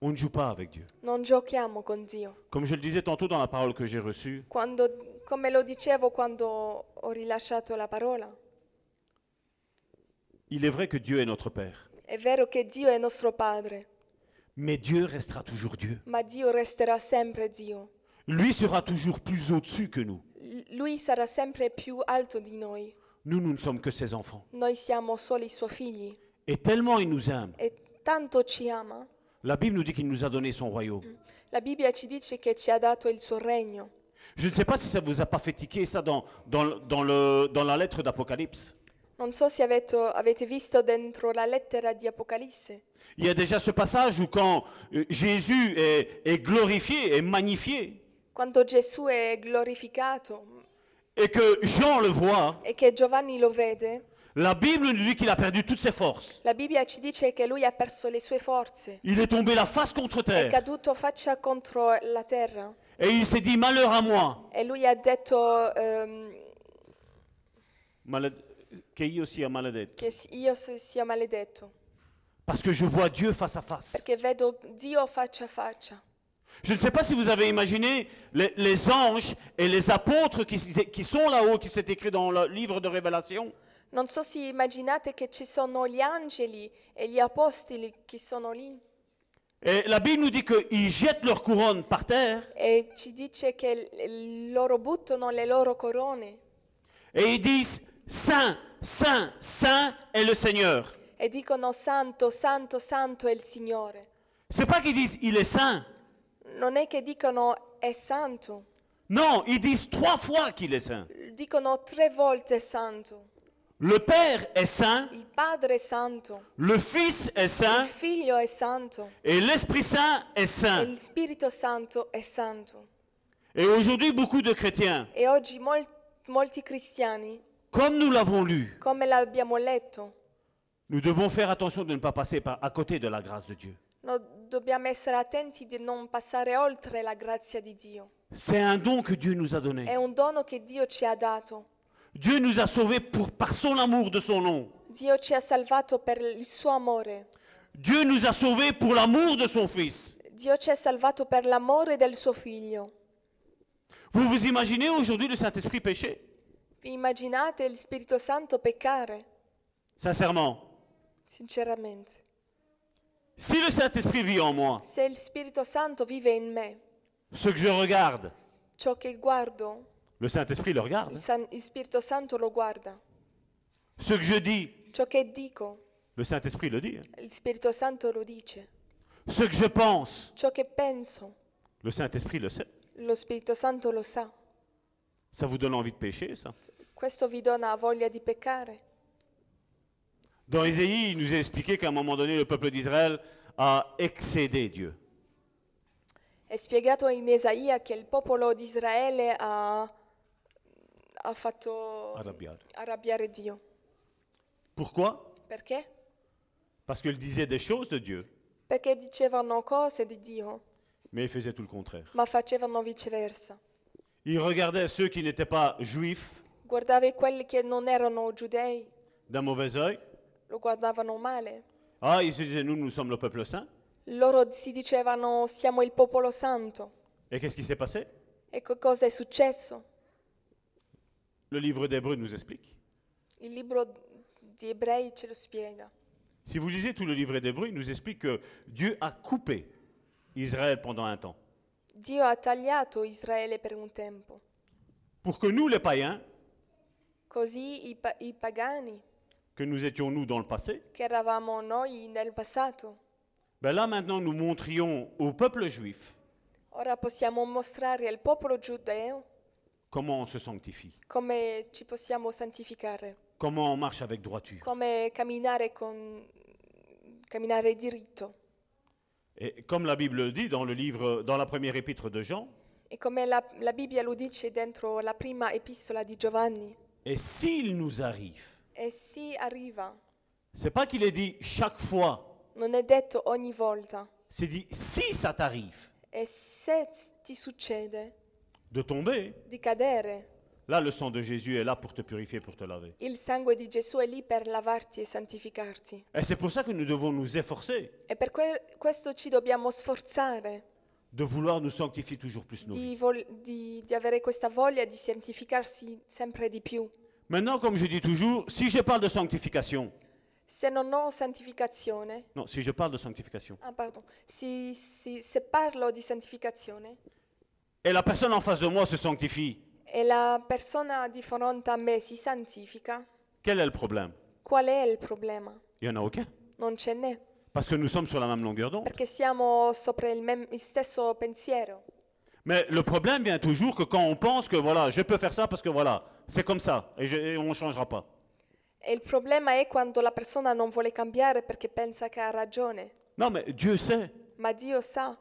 On ne joue pas avec Dieu. non giochiamo con Dio. Comme je le disais tantôt dans la parole que j'ai reçue, Quando, come lo dicevo quando ho rilasciato la parola, il est vrai que Dieu est notre Père. è vero che Dio è nostro Padre, Mais Dieu restera toujours Dieu. ma Dio resterà sempre Dio. Lui sera toujours plus au-dessus que nous. L- Lui sarà sempre più alto di noi. Nous, nous ne sommes que ses enfants. Noi siamo soli i suoi figli Et tellement il nous aime. e tanto ci ama. La Bible nous dit qu'il nous a donné son royaume. La Bibbia ci dice che ci ha dato il suo regno. Je ne sais pas si ça vous a pas fait tiquer ça dans, dans, le- dans le, dans la lettre d'Apocalypse. Non so se avete, avete visto dentro la lettera di Apocalisse. Il y a déjà ce passage où quand euh, Jésus est, est glorifié, est magnifié, Quando Gesù è glorificato et que Jean le voit, e che Giovanni lo vede, la Bible nous dit qu'il a perdu toutes ses forces. la Bibbia ci dice che lui ha perso le sue forze, Il est tombé la face contre è terre. caduto faccia contro la terra Et il s'est dit, malheur à moi. e lui ha detto ehm, Malade- que io sia maledetto. che si- io s- sia maledetto, Parce que je vois Dieu face à face. perché vedo Dio faccia a faccia. Je ne sais pas si vous avez imaginé les, les anges et les apôtres qui, s- qui sont là-haut, qui s'est écrit dans le livre de Révélation. Non so se immaginate che ci sono gli angeli e gli apostoli che sono lì Et la Bible nous dit qu'ils jettent leur couronne par terre e ci dice che l- loro buttano le loro corone et ils disent Saint, Saint, Saint est le Seigneur. e dicono santo, santo, santo è il Signore. C'est pas qu'ils disent Il est Saint. Non è che dicono è santo, Non, ils disent trois fois qu'il est Saint. dicono tre volte santo. Le Père est Saint, Il Padre è santo, le Fils est Saint il Figlio è santo et l'Esprit Saint est e Saint. il Spirito Santo è santo. Et aujourd'hui, beaucoup de chrétiens, E oggi mol- molti cristiani, comme nous l'avons lu, come l'abbiamo letto, nous devons faire attention de ne pas passer par, à côté de la grâce de Dieu. No, dobbiamo essere attenti di non passare oltre la grazia di Dio. C'est un don que Dieu nous a È donné. un dono che Dio ci ha dato. Dieu nous a sauvés pour, par son amour de son nom. Dio ci ha salvato per il suo amore. Dieu nous a sauvés pour l'amour de son Fils. Dio ci ha salvato per l'amore del suo figlio. Vous vous imaginez aujourd'hui le Saint-Esprit péché Vi immaginate il Spirito Santo peccare? Sincèrement, Sinceramente. si le Saint-Esprit vit en moi, Se il Spirito Santo vive in me, ce que je regarde, ciò che guardo, le Saint-Esprit le regarde. il, San- il Spirito Santo lo guarda. Ce que je dis, Ciò che dico, le Saint-Esprit le dit. il Spirito Santo lo dice. Ce que je pense, Ciò che penso, le Saint-Esprit le sait. lo Spirito Santo lo sa. Ça vous donne envie de pécher, ça Questo vi dona voglia di peccare. Dans Ésaïe, il nous est expliqué qu'à un moment donné, le peuple d'Israël a excédé Dieu. È spiegato in Esaia che il popolo di Israele ha, ha fatto Arrabbiato. arrabbiare Dio. Pourquoi Perché? Parce qu'il disait des choses de Dieu, Perché dicevano cose di Dio, mais il faisait tout le contraire. ma facevano viceversa. Il regardait ceux qui n'étaient pas juifs Guardavi quelli che non erano giudei, d'un mauvais œil. lo guardavano male. Ah, ils se disaient, nous, nous sommes le peuple saint. Loro si dicevano siamo il popolo santo. Et qu'est-ce qui s'est passé E che cosa è successo? Le livre d'Hébreux nous explique. Il libro di Ebrei ce lo spiega. Si vous lisez tout le livre d'Hébreux, il nous explique que Dieu a coupé Israël pendant un temps. Dio ha tagliato Israele per un tempo. Pour que nous, les païens, Così i pa- i pagani que nous étions nous dans le passé, che eravamo noi nel passato. ben là maintenant nous montrions au peuple juif Ora possiamo mostrare al popolo giudeo comment on se sanctifie, come ci possiamo santificare, comment on marche avec droiture. come camminare, con, camminare diritto. Et comme la Bible le dit dans le livre, dans la première épître de Jean, E come la, la Bibbia lo dice dentro la prima epistola di Giovanni, Et s'il nous arrive, E si arriva, c'est pas qu'il est dit chaque fois, non è detto ogni volta, c'est dit si ça t'arrive e se ti succede de tomber. di cadere, Là, le sang de Jésus est là pour te purifier, pour te laver. il sangue di Gesù è lì per lavarti e santificarti. Et c'est pour ça que nous devons nous efforcer E per que- questo ci dobbiamo sforzare de vouloir nous sanctifier toujours plus nos vies. di, vol- di- di avere questa voglia di santificarsi sempre di più. Maintenant, comme je dis toujours, si je parle de sanctification, Se non ho santificazione, non, si je parle de sanctification, ah, pardon, si- si- se parlo di santificazione et la personne en face de moi se sanctifie, e la persona di fronte a me si santifica, quel est le problème qual è il problema? Il n'y en a aucun. Non ce n'è, Parce que nous sommes sur la même longueur d'onde. perché siamo sopra il, mem- il stesso pensiero. Mais le problème vient toujours que quand on pense que voilà, je peux faire ça parce que voilà, c'est comme ça et, je- et on ne changera pas. E il problema è quando la persona non vuole cambiare perché pensa che ha ragione, Non, mais Dieu sait. ma Dio sa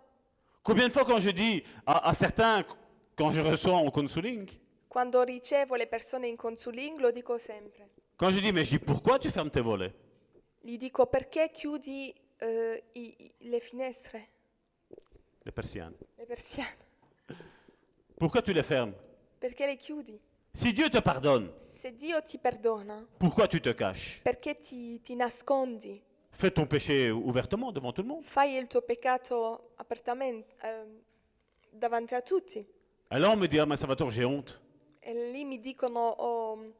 Combien de fois quand je dis à, à certains, quand je reçois en counseling, Quando ricevo le persone in consuling lo dico sempre. quand je dis mais je dis pourquoi tu fermes tes volets Gli dico perché chiudi eh, i- i- le finestre, Les persianes. le persiane? Pourquoi tu les fermes Perché le chiudi? Si Dieu te pardonne, Se Dio ti perdona, pourquoi tu te caches perché ti, ti nascondi? Fais ton péché ouvertement devant tout le monde. Fai il tuo peccato apertamente, ehm, davanti a tutti. Alors on me dit ah mais Salvatore j'ai honte. E lì mi dicono oh,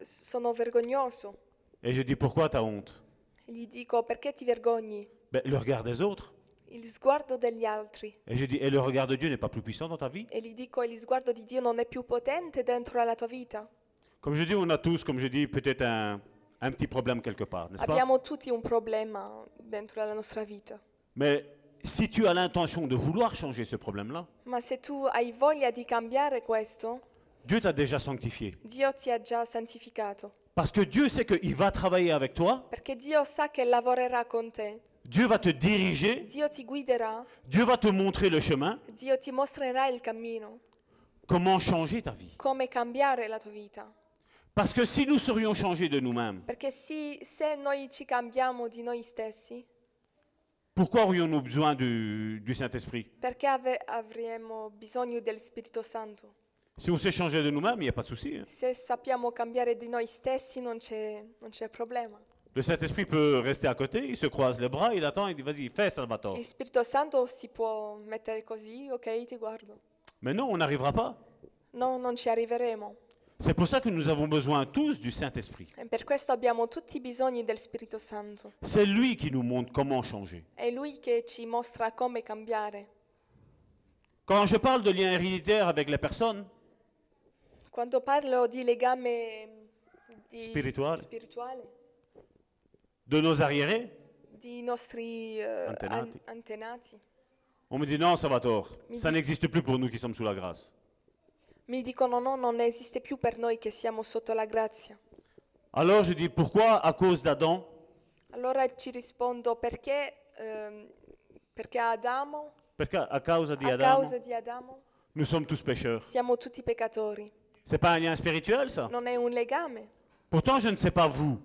s- sono vergognoso. Et je dis pourquoi t'as honte Gli dico perché ti vergogni? Ben, Le regard des autres. Il sguardo degli altri. Et je dis et le regard de Dieu n'est pas plus puissant dans ta vie E gli dico il sguardo di Dio non è più potente dentro la tua vita. Comme je dis, on a tous, comme je dis, peut-être un, un petit problème quelque part, n'est-ce pas Abbiamo tutti un problema dentro la nostra vita, Mais si tu as l'intention de vouloir changer ce problème-là, ma se tu hai voglia di cambiare questo, Dieu t'a déjà sanctifié. Dio ti ha già santificato, Parce que Dieu sait qu'il va travailler avec toi, perché Dio sa che lavorerà con te, Dieu va te diriger, Dio ti guiderà, Dieu va te montrer le chemin, Dio ti mostrerà il cammino, comment changer ta vie. come cambiare la tua vita, Parce que si nous serions changés de nous-mêmes, perché sì, se noi ci cambiamo di noi stessi, pourquoi aurions-nous besoin du, du Saint-Esprit perché ave- avremo bisogno del Spirito Santo? Si on s'est changé de nous-mêmes, il n'y a pas de souci. hein. Se sappiamo cambiare di noi stessi non c'è, non c'è problema. Le Saint-Esprit peut rester à côté, il se croise les bras, il attend, il dit vas-y, fais Salvatore. Il Spirito Santo si può mettere così, ok, ti guardo. Mais non, on n'arrivera pas. No, non ci arriveremo. C'est pour ça que nous avons besoin tous du Saint-Esprit. E per questo abbiamo tutti i bisogni del Spirito Santo. C'est lui qui nous montre comment changer. È Lui che ci mostra come cambiare. Quand je parle de lien héréditaire avec les personnes, Quando parlo di legame di- Spirituale. spirituale, de nos arriérés, di nostri eh, an- Antenati. antenati, on me dit non, Salvatore, Mais ça dis- n'existe plus pour nous qui sommes sous la grâce. mi dicono no, non esiste più per noi che siamo sotto la grazia. Alors je dis pourquoi à cause d'Adam Allora ci rispondo perché, ehm, perché Adamo, Parce qu'à- à cause di a Adam, causa di Adamo, nous sommes tous pécheurs. siamo tutti peccatori. C'est pas un lien spirituel ça Non è un legame. Pourtant, je ne sais pas vous,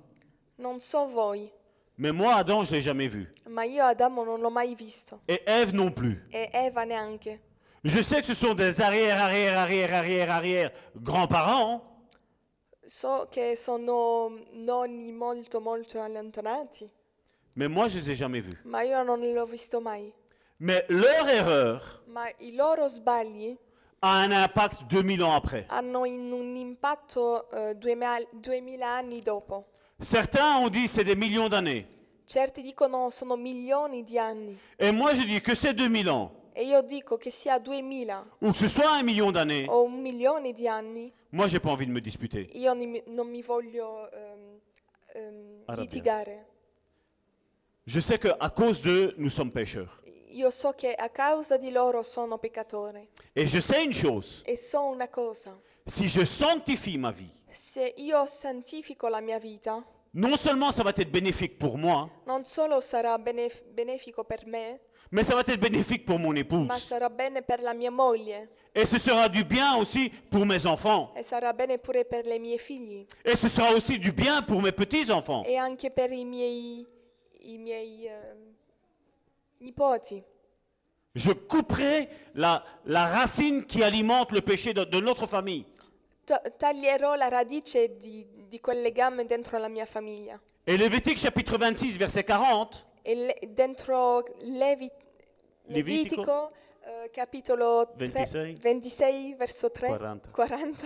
Non so voi, mais moi Adam, je l'ai jamais vu ma io Adamo non l'ho mai visto et Ève non plus. e Eva neanche. Je sais que ce sont des arrière arrière arrière arrière arrière grands-parents, hein, So che sono nonni molto molto allontanati, mais moi je les ai jamais vus. ma io non l'ho visto mai. Mais leur erreur Ma i loro sbagli a un impact 2000 ans après. hanno in- un impatto eh, duemila, duemila anni dopo. Certains ont dit c'est des millions d'années. Certi dicono sono milioni di anni Et moi je dis que c'est 2000 ans, e io dico che sia duemila ou que ce soit un million d'années, o un milione di anni, moi j'ai pas envie de me disputer. io ni mi- non mi voglio ehm, ehm, Arrabbiare. litigare. Je sais que à cause d'eux, nous sommes pécheurs. Io so che a causa di loro sono peccatore Et je sais une chose, e so una cosa, si je sanctifie ma vie, se io santifico la mia vita, non seulement ça va être bénéfique pour moi, non solo sarà benef- benefico per me, mais ça va être bénéfique pour mon épouse. ma sarà bene per la mia moglie Et ce sera du bien aussi pour mes enfants. e sarà bene pure per le mie figli Et ce sera aussi du bien pour mes petits-enfants. e anche per i miei, i miei ehm, nipoti. Je couperai la, la racine qui alimente le péché de, de notre famille. Ta- taglierò la radice di, di quel legame dentro la mia famiglia. Et Lévitique chapitre 26, verset 40, E le- dentro Levi- Levitico? Levitico, eh, capitolo tre- 26. 26, verso 3, 40. 40.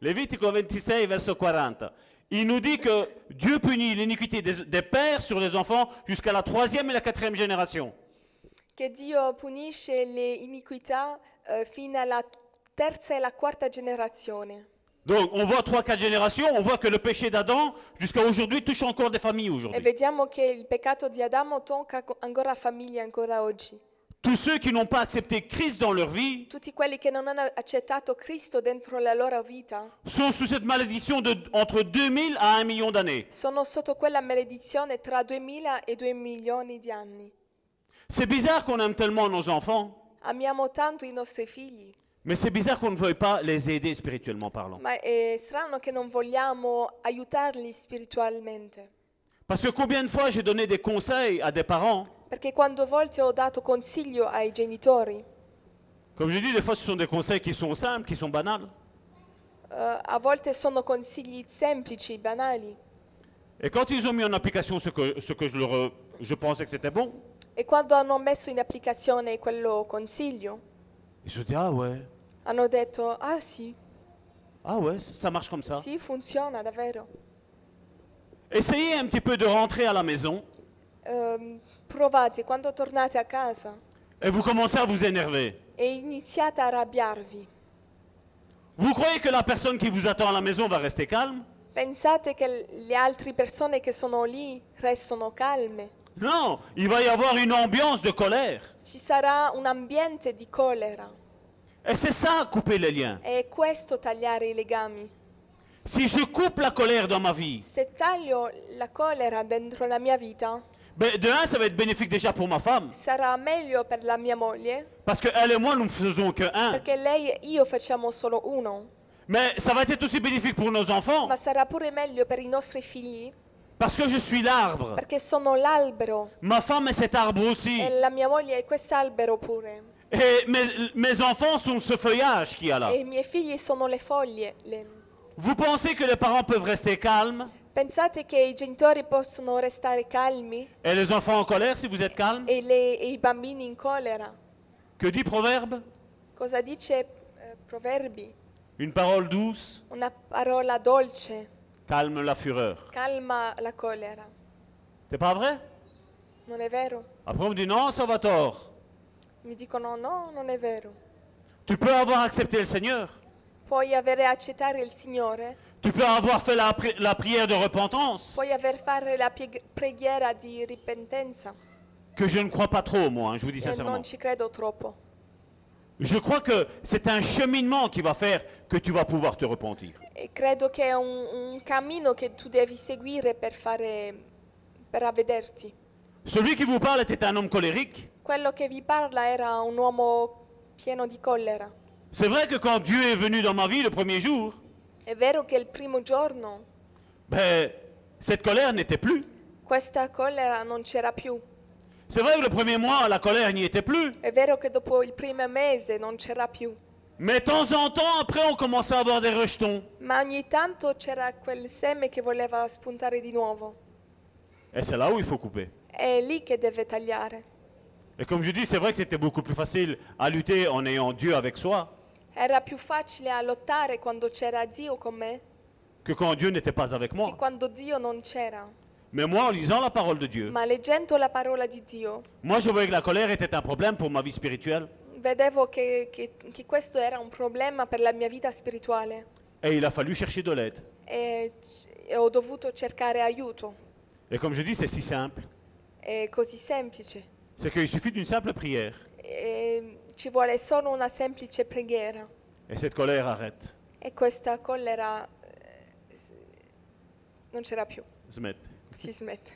Lévitico 26, verset 40, il nous dit que Dieu punit l'iniquité des, des pères sur les enfants jusqu'à la troisième et la quatrième génération. che Dio punisce le iniquità eh, fino alla terza e la quarta generazione. Donc on voit trois, quatre générations, on voit que le péché d'Adam jusqu'à aujourd'hui touche encore des familles E aujourd'hui. vediamo che il peccato di Adamo tocca co- ancora famiglie ancora oggi. Tous ceux qui n'ont pas accepté Christ dans leur vie Tutti quelli che non hanno accettato Cristo dentro la loro vita sont sous cette malédiction de entre 2000 à 1 million d'années. sono sotto quella maledizione tra 2000 e 2 milioni di anni. C'est bizarre qu'on aime tellement nos enfants, Amiamo tanto i nostri figli, mais c'est bizarre qu'on ne veuille pas les aider spirituellement parlant. ma è strano che non vogliamo aiutarli spiritualmente. Parce que combien de fois j'ai donné des conseils à des parents Perché quando a volte ho dato consiglio ai genitori, Comme je dis, des fois ce sont des conseils qui sont simples, qui sont banals. eh, a volte sono consigli semplici, banali, Et quand ils ont mis en application ce que, ce que je leur... euh, Je pensais que c'était bon, e quando hanno messo in applicazione quello consiglio, ils se disent, ah ouais, hanno detto, ah sì, ah ouais, ça marche comme ça. sì, funziona davvero. Essayez un petit peu de rentrer à la maison Ehm, provate quando tornate a casa et vous commencez à vous énerver. e iniziate a arrabbiarvi. Vous croyez que la personne qui vous attend à la maison va rester calme Pensate che l- le altre persone che sono lì restano calme. Non, il va y avoir une ambiance de colère. Ci sarà un ambiente di colera Et c'est ça, couper les liens. e è questo tagliare i legami. Si je coupe la colère dans ma vie, Se taglio la colera dentro la mia vita, ben, de un, ça va être bénéfique déjà pour ma femme, sarà meglio per la mia moglie, parce qu'elle et moi, nous ne faisons que un. perché lei e io facciamo solo uno, Mais ça va être aussi bénéfique pour nos enfants, ma sarà pure meglio per i nostri figli, parce que je suis l'arbre. perché sono l'albero Ma femme est cet arbre aussi. e la mia moglie è quest'albero pure. Et mes, mes enfants sont ce feuillage qu'il y a là. E i miei figli sono le foglie. le- Vous pensez que les parents peuvent rester calmes Pensate che i genitori possono restare calmi et les enfants en colère si vous êtes calme e, le- e i bambini in colera? Que dit Proverbe Cosa dice eh, Proverbi? Une parole douce Una parola dolce calme la fureur. calma la colera, C'est pas vrai non è vero? Après, on me dit non, ça va tort. Mi dicono no, non è vero. Tu peux avoir accepté le Seigneur. Puoi avere accettare il Signore, Tu peux avoir fait la, pri- la prière de repentance. puoi aver fare la pieg- preghiera di ripentenza. Que je ne crois pas trop, moi, hein, je vous dis E sincèrement. non ci credo troppo. Je crois que c'est un cheminement qui va faire que tu vas pouvoir te repentir. E credo che è un, un cammino che tu devi seguire per fare per avvederti. Celui qui vous parle était un homme colérique. Quello che vi parla era un uomo pieno di collera. C'est vrai que quand Dieu est venu dans ma vie le premier jour, È vero che il primo giorno ben, cette colère n'était plus. questa collera non c'era più. C'est vrai que le premier mois, la colère n'y était plus. È vero che dopo il primo mese non c'era più. Mais de temps en temps, après, on commençait à avoir des rejetons. Ma ogni tanto c'era quel seme che voleva spuntare di nuovo. Et c'est là où il faut couper. È lì che deve tagliare. Et comme je dis, c'est vrai que c'était beaucoup plus facile à lutter en ayant Dieu avec soi Era più facile a lottare quando c'era Dio con me que quand Dieu n'était pas avec che moi. quando Dio non c'era. Mais moi, en lisant la parole de Dieu, Ma leggendo la parola di Dio moi, je voyais que la colère était un problème pour ma vie spirituelle. vedevo che, che- che questo era un problema per la mia vita spirituale Et il a fallu chercher de l'aide. e, c- e ho dovuto cercare aiuto. Et comme je dis, c'est si simple. È così semplice. C'est qu'il suffit d'une simple prière. E ci vuole solo una semplice preghiera Et cette colère arrête. e questa collera eh, s- non c'era più, Se mettre. si smette.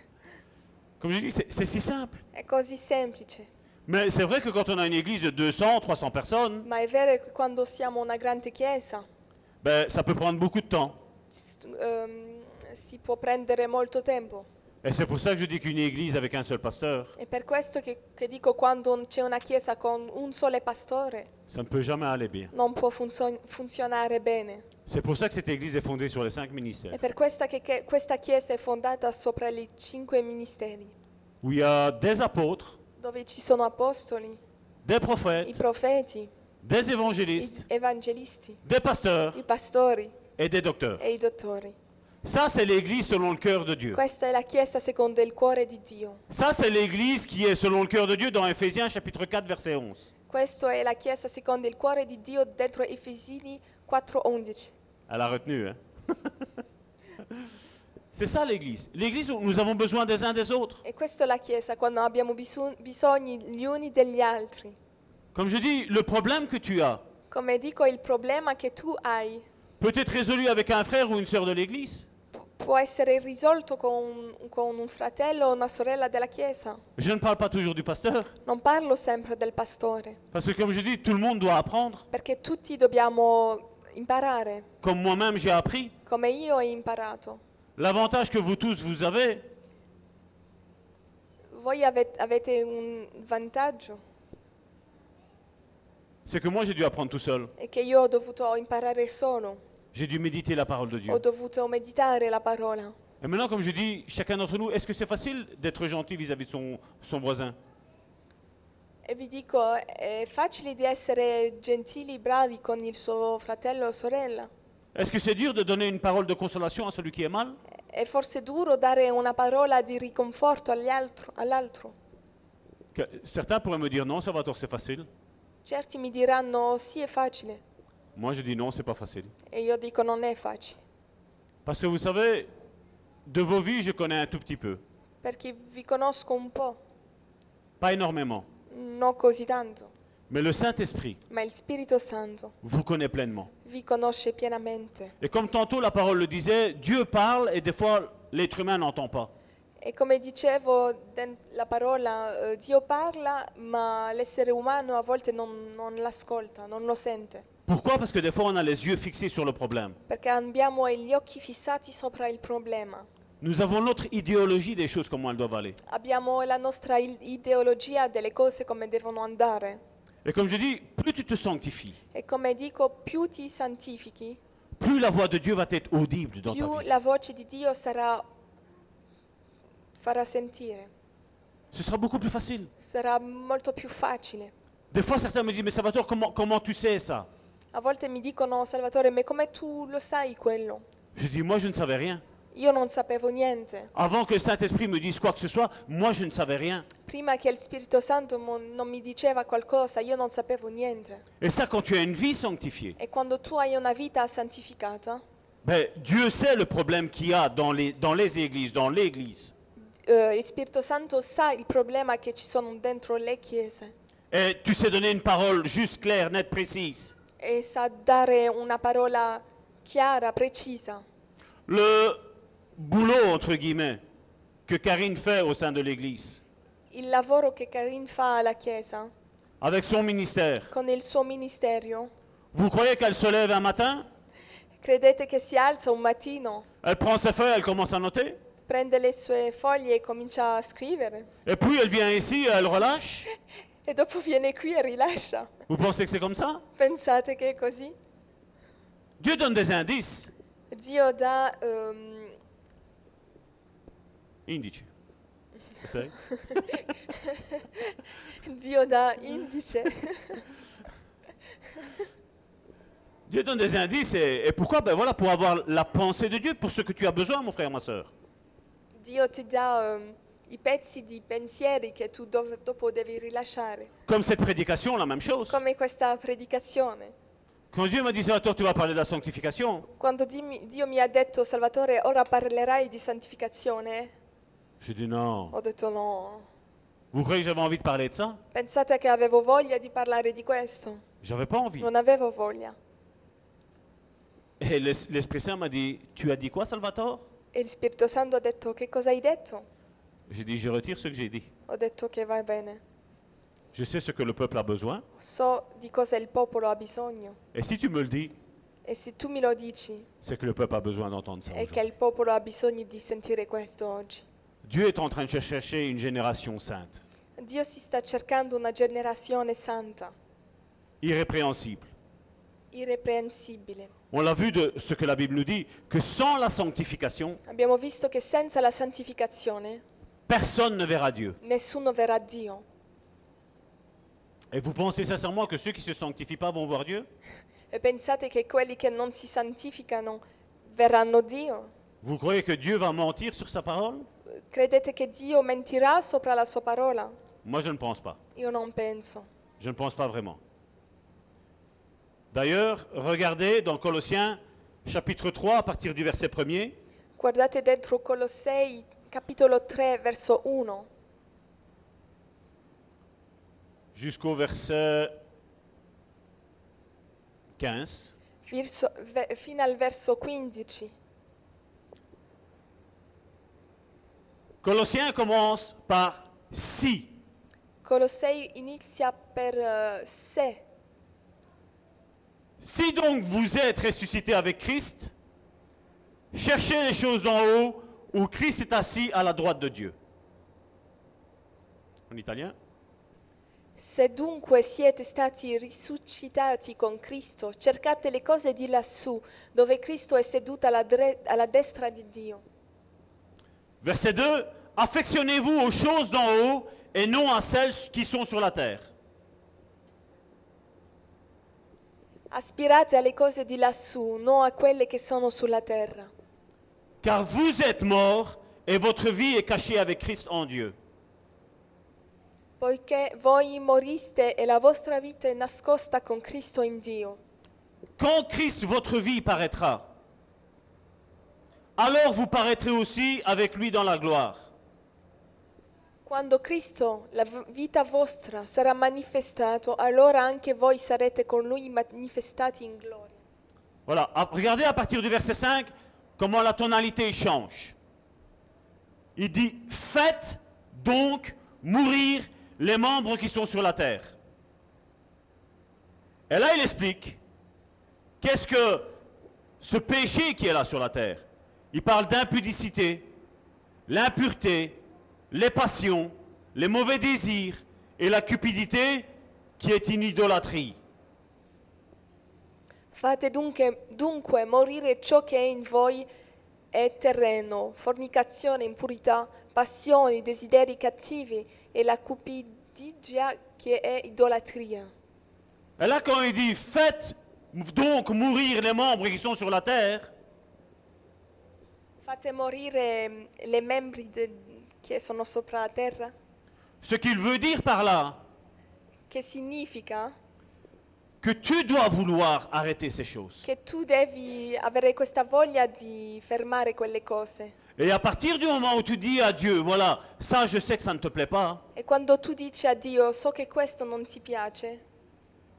Comme je dis, c'est c'est si simple. È così semplice. Mais c'est vrai que quand on a une église de 200, 300 personnes, Ma è vero che quando siamo una grande chiesa ben, ça peut prendre beaucoup de temps. s- ehm, si può prendere molto tempo. Et c'est pour ça que je dis qu'une église avec un seul pasteur, È per questo che, che dico quando c'è una chiesa con un solo pastore ça ne peut jamais aller bien. non può funzo- funzionare bene. C'est pour ça que cette église est fondée sur les cinq È ministères, per questa che, che questa chiesa è fondata sopra i cinque ministeri, où il y a des apôtres, dove ci sono apostoli, des i prophètes, profeti, des gli évangélistes, evangelisti, des pasteurs i pastori et des docteurs. e i dottori. Ça, c'est l'église selon le cœur de Dieu. Questa è la chiesa secondo il cuore di Dio. Ça, c'est l'église qui est selon le cœur de Dieu dans Ephésiens chapitre 4, verset 11. Questa è la chiesa secondo il cuore di Dio dentro Efesini 4:11. Elle a retenu, hein C'est ça l'église. L'église où nous avons besoin des uns des autres. E questa è la chiesa quando abbiamo bisu- bisogni gli uni degli altri. Comme je dis, le problème que tu as Come dico, il problema che tu hai peut être résolu avec un frère ou une sœur de l'église. può essere risolto con, con un fratello o una sorella della chiesa. Je ne parle pas toujours du pasteur, Non parlo sempre del pastore, parce que comme je dis, tout le monde doit apprendre, perché tutti dobbiamo imparare, comme moi-même j'ai appris. come io ho imparato. L'avantage que vous tous vous avez, Voi avet- avete un vantaggio, c'est que moi j'ai dû apprendre tout seul. è che io ho dovuto imparare solo, J'ai dû méditer la parole de Dieu. ho dovuto meditare la parola. Et maintenant, comme je dis, chacun d'entre nous, est-ce que c'est facile d'être gentil vis-à-vis de son, son voisin E vi dico, è facile di essere gentili, bravi con il suo fratello o sorella. Est-ce que c'est dur de donner une parole de consolation à celui qui est mal È forse duro dare una parola di riconforto agli altro- all'altro. Que- Certains pourraient me dire non, ça va, Thor, c'est facile. Certi mi diranno sì, è facile. Moi, je dis non, c'est pas facile. E io dico non è facile. Parce que vous savez, de vos vies, je connais un tout petit peu. Perché vi conosco un po', Pas énormément. non così tanto, Mais le Saint-Esprit ma il Spirito Santo vous connaît pleinement. vi conosce pienamente. Et comme tantôt la parole le disait, Dieu parle et des fois l'être humain n'entend pas. E come dicevo, den- la parola eh, Dio parla, ma l'essere umano a volte non, non l'ascolta, non lo sente. Pourquoi Parce que des fois on a les yeux fixés sur le problème. Perché abbiamo gli occhi fissati sopra il problema. Nous avons notre idéologie des choses comment elles doivent aller. Abbiamo la nostra il- ideologia delle cose come devono andare. Et comme je dis, plus tu te sanctifies, E come dico, più ti santifichi, plus la voix de Dieu va être audible dans più ta vie. la voce di Dio sarà farà sentire. Ce sera beaucoup plus facile. Sarà molto più facile. Des fois certains me disent, mais Salvatore, comment, comment tu sais ça A volte mi dicono, Salvatore, ma come tu lo sai quello? Je dis, moi je ne savais rien. Io non sapevo niente. Avant que le Saint-Esprit me dise quoi que ce soit, moi je ne savais rien. Prima che il Spirito Santo mo- non mi diceva qualcosa, io non sapevo niente. Et ça, quand tu as une vie sanctifiée, E quando tu hai una vita santificata, ben, Dieu sait le problème qu'il y a dans les, dans les églises, dans l'église. eh, il Spirito Santo sa il problema che ci sono dentro le chiese Et tu sais donner une parole juste, claire, nette, précise. e sa dare una parola chiara, precisa. Le boulot, entre guillemets, que Karine fait au sein de l'église, Il lavoro che Karin fa alla Chiesa avec son ministère, con il suo ministero, vous croyez qu'elle se lève un matin, credete che si alza un mattino, elle prend ses feuilles, elle commence à noter, prende le sue foglie e comincia a scrivere et puis elle vient ici, elle relâche. e dopo viene qui e rilascia. Vous pensez que c'est comme ça Pensate che è così? Dieu donne des indices. Dio dà ehm, Indici. Essay. Dio dà indice. Dieu donne des indices et, et pourquoi Ben voilà, pour avoir la pensée de Dieu, pour ce que tu as besoin, mon frère, ma soeur. Dio ti dà ehm, i pezzi di pensieri che tu dov- dopo devi rilasciare, Comme cette prédication, la même chose. come questa predicazione. Quand Dieu m'a dit, Salvatore, tu vas parler de la sanctification, Quando dimmi- Dio mi ha detto, Salvatore, ora parlerai di santificazione, j'ai dit non. ho detto no. Vous croyez que j'avais envie de parler de ça Pensate che avevo voglia di parlare di questo? J'avais pas envie. Non avevo voglia. Et l'Es- l'Esprit Saint m'a dit, tu as dit quoi, Salvatore E il Spirito Santo ha detto che cosa hai detto? J'ai dit, je retire ce que j'ai dit. Ho detto che va bene. Je sais ce que le peuple a besoin. So di cosa il popolo ha bisogno Et si tu me le dis, e se tu me lo dici c'est que le peuple a besoin d'entendre ça. è aujourd'hui. che il popolo ha bisogno di sentire questo oggi. Dieu est en train de cher- chercher une génération sainte, Dio si sta cercando una generazione santa, irrépréhensible. irreprensibile. On l'a vu de ce que la Bible nous dit, que sans la sanctification, Abbiamo visto che senza la santificazione personne ne verra Dieu. nessuno verrà a Dio. Et vous pensez sincèrement que ceux qui ne se sanctifient pas vont voir Dieu E pensate che quelli che non si santificano verranno a Dio? Vous croyez que Dieu va mentir sur sa parole Credete che Dio mentirà sopra la sua parola? Moi, je ne pense pas. Io non penso. Je ne pense pas vraiment. D'ailleurs, regardez dans Colossiens chapitre 3 à partir du verset 1er, Guardate dentro Colossei capitolo 3 verso 1 jusqu'au verset 15. verso- ve- fino al verso 15. Colossiens commence par si. Colossei inizia per eh, se. Si donc vous êtes ressuscité avec Christ, cherchez les choses d'en haut où Christ est assis à la droite de Dieu. En italien Se dunque siete stati risuscitati con Cristo, cercate le cose di lassù, dove Cristo è seduto alla, dre- alla destra di Dio. Verset 2, affectionnez-vous aux choses d'en haut et non à celles qui sont sur la terre. Aspirate alle cose di lassù, non a quelle che sono sulla terra. Car vous êtes morts et votre vie est cachée avec Christ en Dieu. Poiché voi moriste e la vostra vita è nascosta con Cristo in Dio. Quand Christ, votre vie, paraîtra, alors vous paraîtrez aussi avec lui dans la gloire. Quando Cristo, la v- vita vostra, sarà manifestato, allora anche voi sarete con Lui manifestati in gloria. Voilà, à- regardez à partir du verset 5 comment la tonalité change. Il dit Faites donc mourir les membres qui sont sur la terre. Et là, il explique qu'est-ce que ce péché qui est là sur la terre. Il parle d'impudicité, l'impureté, les passions, les mauvais désirs et la cupidité qui est une idolâtrie. Fate dunque, dunque morire ciò che è in voi è terreno, fornicazione, impurità, passioni, desideri cattivi e la cupidigia che è idolatria. Et là, quand il dit faites donc mourir les membres qui sont sur la terre, Fate morire mm, le membri de- che sono sopra la terra. ce qu'il veut dire par là, Che significa que tu dois vouloir arrêter ces choses. che tu devi avere questa voglia di fermare quelle cose. Et à partir du moment où tu dis à Dieu, voilà, ça je sais que ça ne te plaît pas, E quando tu dici a Dio, so che questo non ti piace,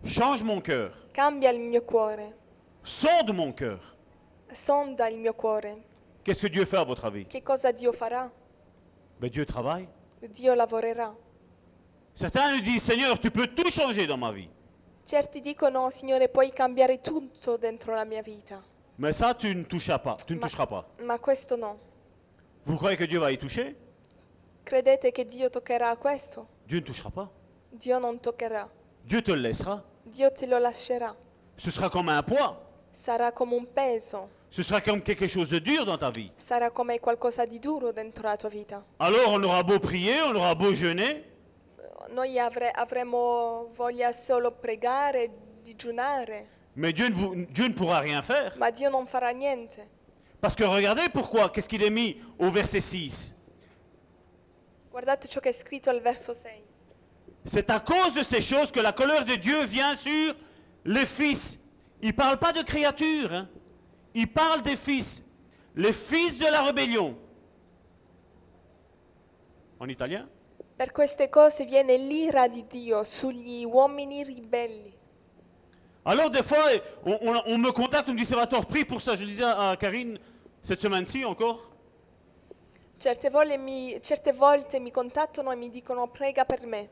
change mon cœur, cambia il mio cuore, sonde mon cœur. sonda il mio cuore. Qu'est-ce que Dieu fait à votre avis Che cosa Dio farà? ben, Dieu travaille. Dio lavorerà. Certains lui disent, Seigneur, tu peux tout changer dans ma vie. Certi dicono, Signore, puoi cambiare tutto dentro la mia vita, Mais ça, tu ne toucheras pas. Tu ne Ma- toucheras pas. ma questo no. Vous croyez que Dieu va y toucher Credete che Dio toccherà a questo? Dieu ne touchera pas. Dio non toccherà. Dieu te le laissera. Dio te lo lascerà. Ce sera comme un poids. Sarà come un peso, Ce sera comme quelque chose de dur dans ta vie. sarà come qualcosa di duro dentro la tua vita. Alors on aura beau prier, on aura beau jeûner, Noi avre- avremo voglia solo pregare, digiunare, mais Dieu ne, vous- Dieu ne pourra rien faire. ma Dio non farà niente. Parce que regardez pourquoi, qu'est-ce qu'il est mis au verset 6 Guardate ciò che è scritto al verso 6. C'est à cause de ces choses que la colère de Dieu vient sur les fils. Il ne parle pas de créatures, hein. il parle des fils. Les fils de la rébellion. En italien Per queste cose viene l'ira di Dio sugli uomini ribelli. Alors des fois, on, on- on me contacte, on me dit Salvatore, prie pour ça. Je disais à à Karine cette semaine-ci encore, Certe volte, mi, certe volte mi contattano e mi dicono prega per me.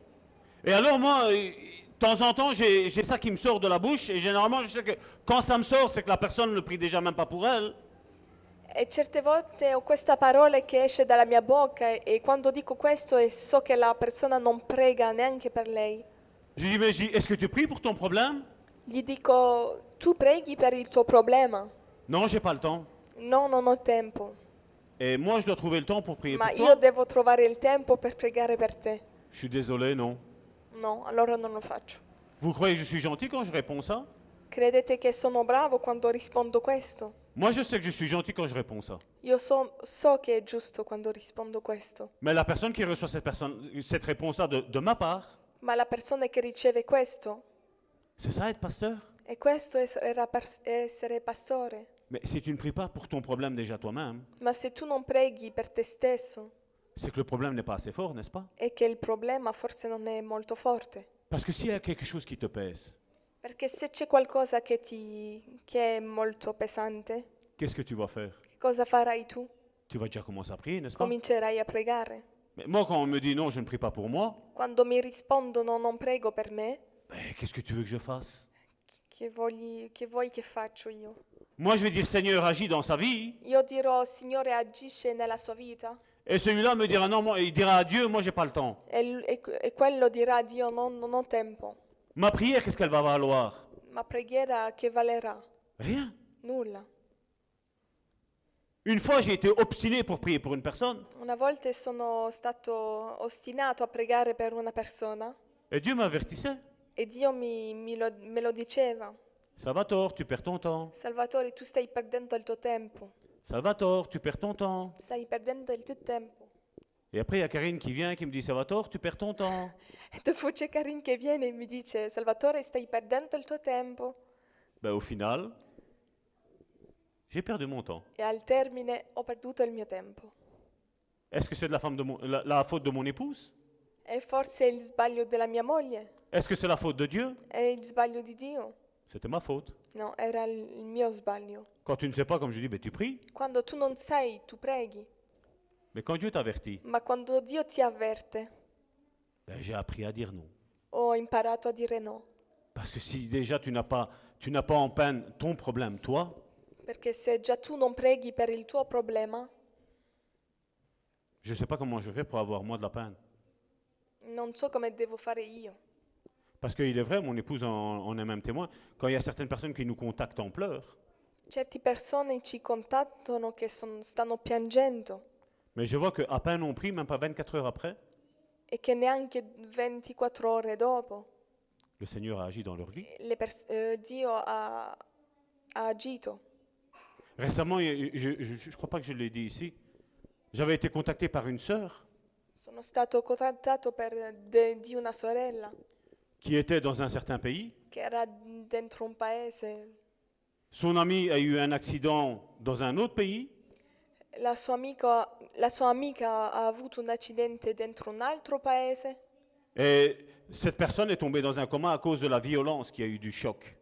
Et alors moi, euh, de temps en temps, j'ai j'ai ça qui me sort de la bouche. Et généralement, je sais que quand ça me sort, c'est que la personne ne le prie déjà même pas pour elle. E certe volte ho questa parola che esce dalla mia bocca e- e quando dico questo e so che la persona non prega neanche per lei, Je lui dis, mais je dis, est-ce que tu pries pour ton problème gli dico tu preghi per il tuo problema? Non, j'ai pas le temps. No, non ho tempo, Et moi, je dois trouver le temps pour prier ma pour io toi. devo trovare il tempo per pregare per te. Je suis désolé, non. No, allora non lo faccio. Vous croyez que je suis gentil quand je réponds ça Credete che sono bravo quando rispondo questo? Moi, je sais que je suis gentil quand je réponds ça. Io so, so che è giusto quando rispondo questo, Mais la personne qui reçoit cette, personne- cette réponse-là de, de ma part, ma la persona che riceve questo, c'est ça être pasteur e questo es- era pas- essere pastore. Mais si tu ne pries pas pour ton problème déjà toi-même, Ma se tu non preghi per te stesso, c'est que le problème n'est pas assez fort, n'est-ce pas è che il problema forse non è molto forte. Parce que s'il y a quelque chose qui te pèse, Perché se c'è qualcosa che, ti, che è molto pesante, qu'est-ce que tu vas faire che cosa farai tu? Tu vas déjà commencer à prier, n'est-ce pas Comincerai a pregare. Mais moi, quand on me dit non, je ne prie pas pour moi, Quando mi rispondono non prego per me, ben, qu'est-ce que tu veux que je fasse che, vogli- che vuoi che faccio io? Moi, je vais dire Seigneur, agis dans sa vie. Io dirò, Signore, agisce nella sua vita. Et celui-là me dira non, moi, il dira à Dieu, moi, j'ai pas le temps. E, l- e que- e quello dirà, Dio, non, non ho tempo. Ma prière, qu'est-ce qu'elle va valoir Ma preghiera che valerà? Rien. Nulla. Une fois, j'ai été obstiné pour prier pour une personne, Una volta sono stato ostinato a pregare per una persona et Dieu m'avertissait. E Dio mi, mi lo- me lo diceva, Salvatore, tu perds ton temps. Salvatore, tu stai perdendo il tuo tempo, Salvatore, tu perds ton temps. stai perdendo il tuo tempo. Et après, il y a Karine qui vient et qui me dit Salvatore, tu perds ton temps. E dopo c'è Karin che viene e mi dice, Salvatore, stai perdendo il tuo tempo. Ben, au final, j'ai perdu mon temps. E al termine ho perduto il mio tempo. Est-ce que c'est de la, femme de mon- la- la faute de mon épouse E forse è il sbaglio della mia moglie, Est-ce que c'est la faute de Dieu è il sbaglio di Dio. C'était ma faute. No, era il il mio sbaglio. Quand tu ne sais pas, comme je dis, ben, tu pries. Quando tu non sai, tu preghi, Mais quand Dieu t'avertit, ma quando Dio ti avverte, ben, j'ai appris à dire non. ho imparato a dire no. Parce que si déjà tu n'as pas, tu n'as pas en peine ton problème, toi, Perché se già tu non preghi per il tuo problema, je ne sais pas comment je fais pour avoir moi de la peine. non so come devo fare io. Parce qu'il est vrai, mon épouse en, en est même témoin, quand il y a certaines personnes qui nous contactent en pleurs, Certe persone ci contattano che son- stanno piangendo mais je vois qu'à peine on prie, même pas 24 heures après, e che neanche 24 ore dopo le Seigneur a agi dans leur vie. le pers- eh, Dio ha, ha agito. Récemment, il y a- je ne crois pas que je l'ai dit ici, j'avais été contacté par une sœur Sono stato contattato per de- di una sorella qui était dans un certain pays. che era dentro un paese. Son ami a eu un accident dans un autre pays. La sua, amica, la sua amica ha avuto un accidente dentro un altro paese Et cette personne est tombée dans un coma à cause de la violence qui a eu du choc.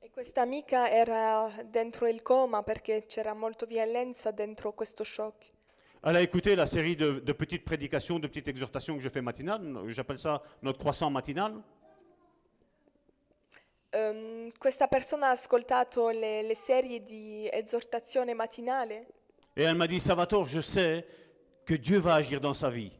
e questa amica era dentro il coma perché c'era molta violenza dentro questo shock. Elle a écouté la série de, de petites prédications, de petites exhortations que je fais matinale. J'appelle ça notre croissant matinal. Ehm, questa persona ha ascoltato le, le serie di esortazione mattinale Et elle m'a dit, Salvatore, je sais que Dieu va agir dans sa vie.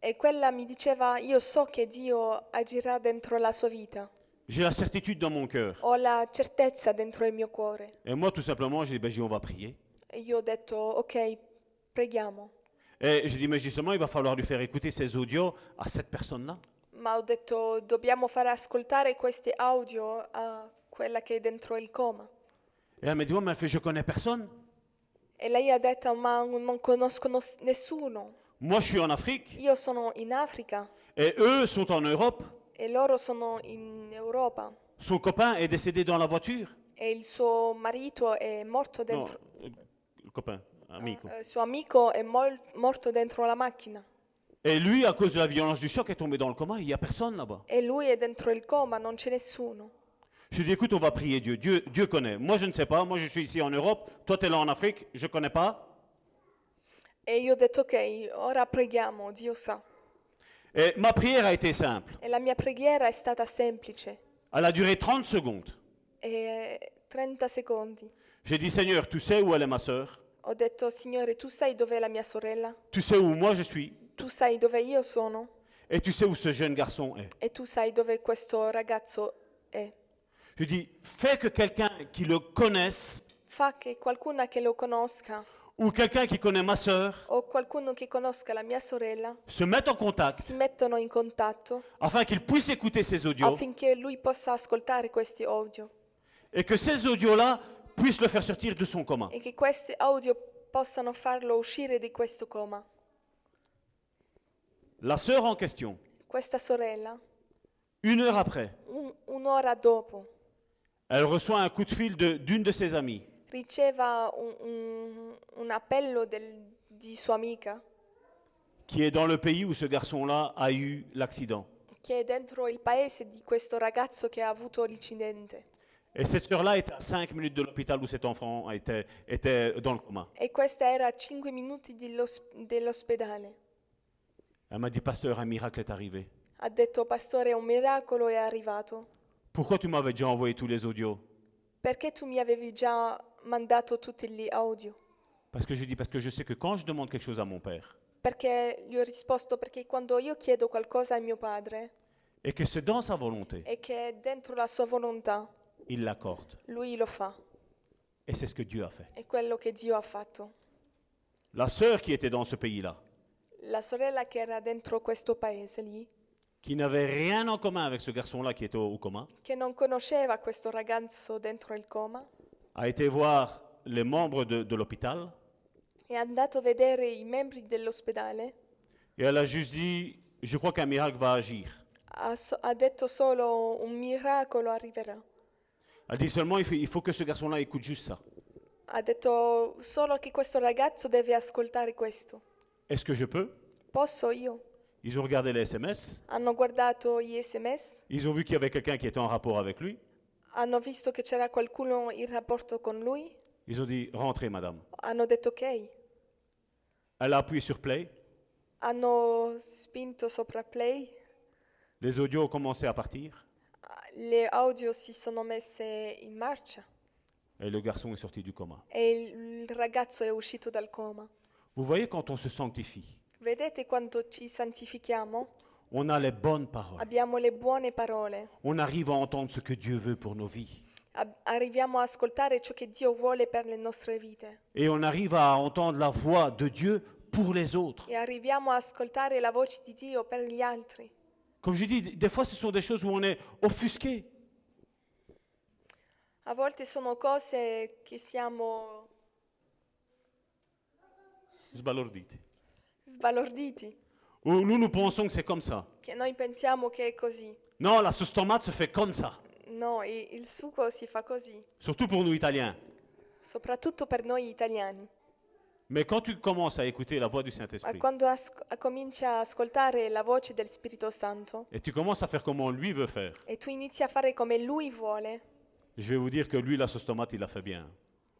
e quella mi diceva io so che Dio agirà dentro la sua vita, J'ai la certitude dans mon cœur. ho la certezza dentro il mio cuore. Et moi, tout simplement, j'ai dit, ben, j'ai dit, on va prier. E io ho detto ok, preghiamo, Et j'ai dit, mais justement, il va falloir lui faire écouter ces audios à cette personne-là. ma ho detto dobbiamo far ascoltare questi audio a quella che è dentro il coma. Et elle m'a dit, ouais, mais elle fait, je connais personne. E lei ha detto ma non conoscono s- nessuno, Moi, je suis en Afrique io sono in Africa et eux sont en Europe. e loro sono in Europa Son copain est décédé dans la voiture. e il suo marito è morto Non, dentro... eh, euh, le copain, amico. Il suo amico è mol- morto dentro la macchina Et lui, à cause de la violence du choc, est tombé dans le coma. Il n'y a personne là-bas. e lui è dentro il coma, non c'è nessuno. Je lui ai dit, écoute, on va prier Dieu. Dieu. Dieu connaît. Moi, je ne sais pas. Moi, je suis ici en Europe. Toi, tu es là en Afrique. Je ne connais pas. E io ho detto ok, ora preghiamo, Dio sa. Et Et ma prière a été simple. E la mia preghiera è stata semplice. Elle a duré 30 secondes. E 30 secondi. J'ai dit, Seigneur, tu sais où elle est ma sœur Ho detto, Signore, tu sai dov'è la mia sorella? Tu sais où moi je suis Tu sai dove io sono? Et tu sais où ce jeune garçon est E tu sai dove questo ragazzo è? Je dis, fais que quelqu'un qui le connaisse Fa che qualcuna che lo conosca ou quelqu'un qui connaît ma sœur o qualcuno che conosca la mia sorella se mette en contact si mettono in contatto afin qu'il puisse écouter ces audios affinché lui possa ascoltare questi audio et que ces audios-là puissent le faire sortir de son commun. e che questi audio possano farlo uscire di questo coma. La sœur en question, Questa sorella, une heure après, un- un'ora dopo, elle reçoit un coup de fil de- d'une de, ses amies riceva un, un- un appello del- di sua amica qui est dans le pays où ce garçon-là a eu l'accident. che è dentro il paese di questo ragazzo che ha avuto l'incidente. Et cette sœur-là est à 5 minutes de l'hôpital où cet enfant était, était dans le coma. E questa era a 5 minuti dell'os- dell'ospedale. Elle m'a dit, pasteur, un miracle est arrivé. Ha detto, pastore, un miracolo è arrivato. Pourquoi tu m'avais déjà envoyé tous les audios Perché tu mi avevi già mandato tutti gli audio? Parce que je dis, parce que je sais que quand je demande quelque chose à mon père, Perché gli ho risposto perché quando io chiedo qualcosa a mio padre et que c'est dans sa volonté, e che è dentro la sua volontà, il l'accorde. lui lo fa. Et c'est ce que Dieu a fait. È quello che Dio ha fatto. La sœur qui était dans ce pays-là, La sorella che era dentro questo paese lì, qui n'avait rien en commun avec ce garçon-là qui était au, au coma, che non conosceva questo ragazzo dentro il coma, a été voir les membres de, de l'hôpital è andato a vedere i membri dell'ospedale, et elle a juste dit, je crois qu'un miracle va agir. ha, so- ha detto solo un miracolo arriverà. Elle dit seulement, il faut, il faut que ce garçon-là écoute juste ça. Ha detto solo che questo ragazzo deve ascoltare questo. Est-ce que je peux Posso io? Ils ont regardé les SMS, Hanno guardato gli sms, ils ont vu qu'il y avait quelqu'un qui était en rapport avec lui. hanno visto che c'era qualcuno in rapporto con lui, Ils ont dit, rentrez, madame. hanno detto ok, Elle a appuyé sur play, hanno spinto sopra play, les audios ont commencé à partir le audio si sono messe in marcia et le garçon est sorti du coma. e il il ragazzo è uscito dal coma. Vous voyez, quand on se sanctifie, Vedete quanto ci santifichiamo? on a les bonnes paroles. Abbiamo le buone parole, On arrive à entendre ce que Dieu veut pour nos vies. ab- arriviamo a ascoltare ciò che Dio vuole per le nostre vite Et on arrive à entendre la voix de Dieu pour les autres. e arriviamo a ascoltare la voce di Dio per gli altri. Comme je dis, des fois, ce sont des choses où on est offusqué. A volte sono cose che siamo Sbalordite. sbalorditi. Ou nous, nous pensons que c'est comme ça. che noi pensiamo che è così. Non, la sauce tomate se fait comme ça. No, i- il sugo si fa così, Surtout pour nous, Italiens. soprattutto per noi italiani. Mais quand tu commences à écouter la voix du Ma Saint-Esprit quando as- cominci a ascoltare la voce del Spirito Santo et tu commences à faire comment lui veut faire, e tu inizi a fare come lui vuole, je vais vous dire que lui, la sauce tomate, il la fait bien.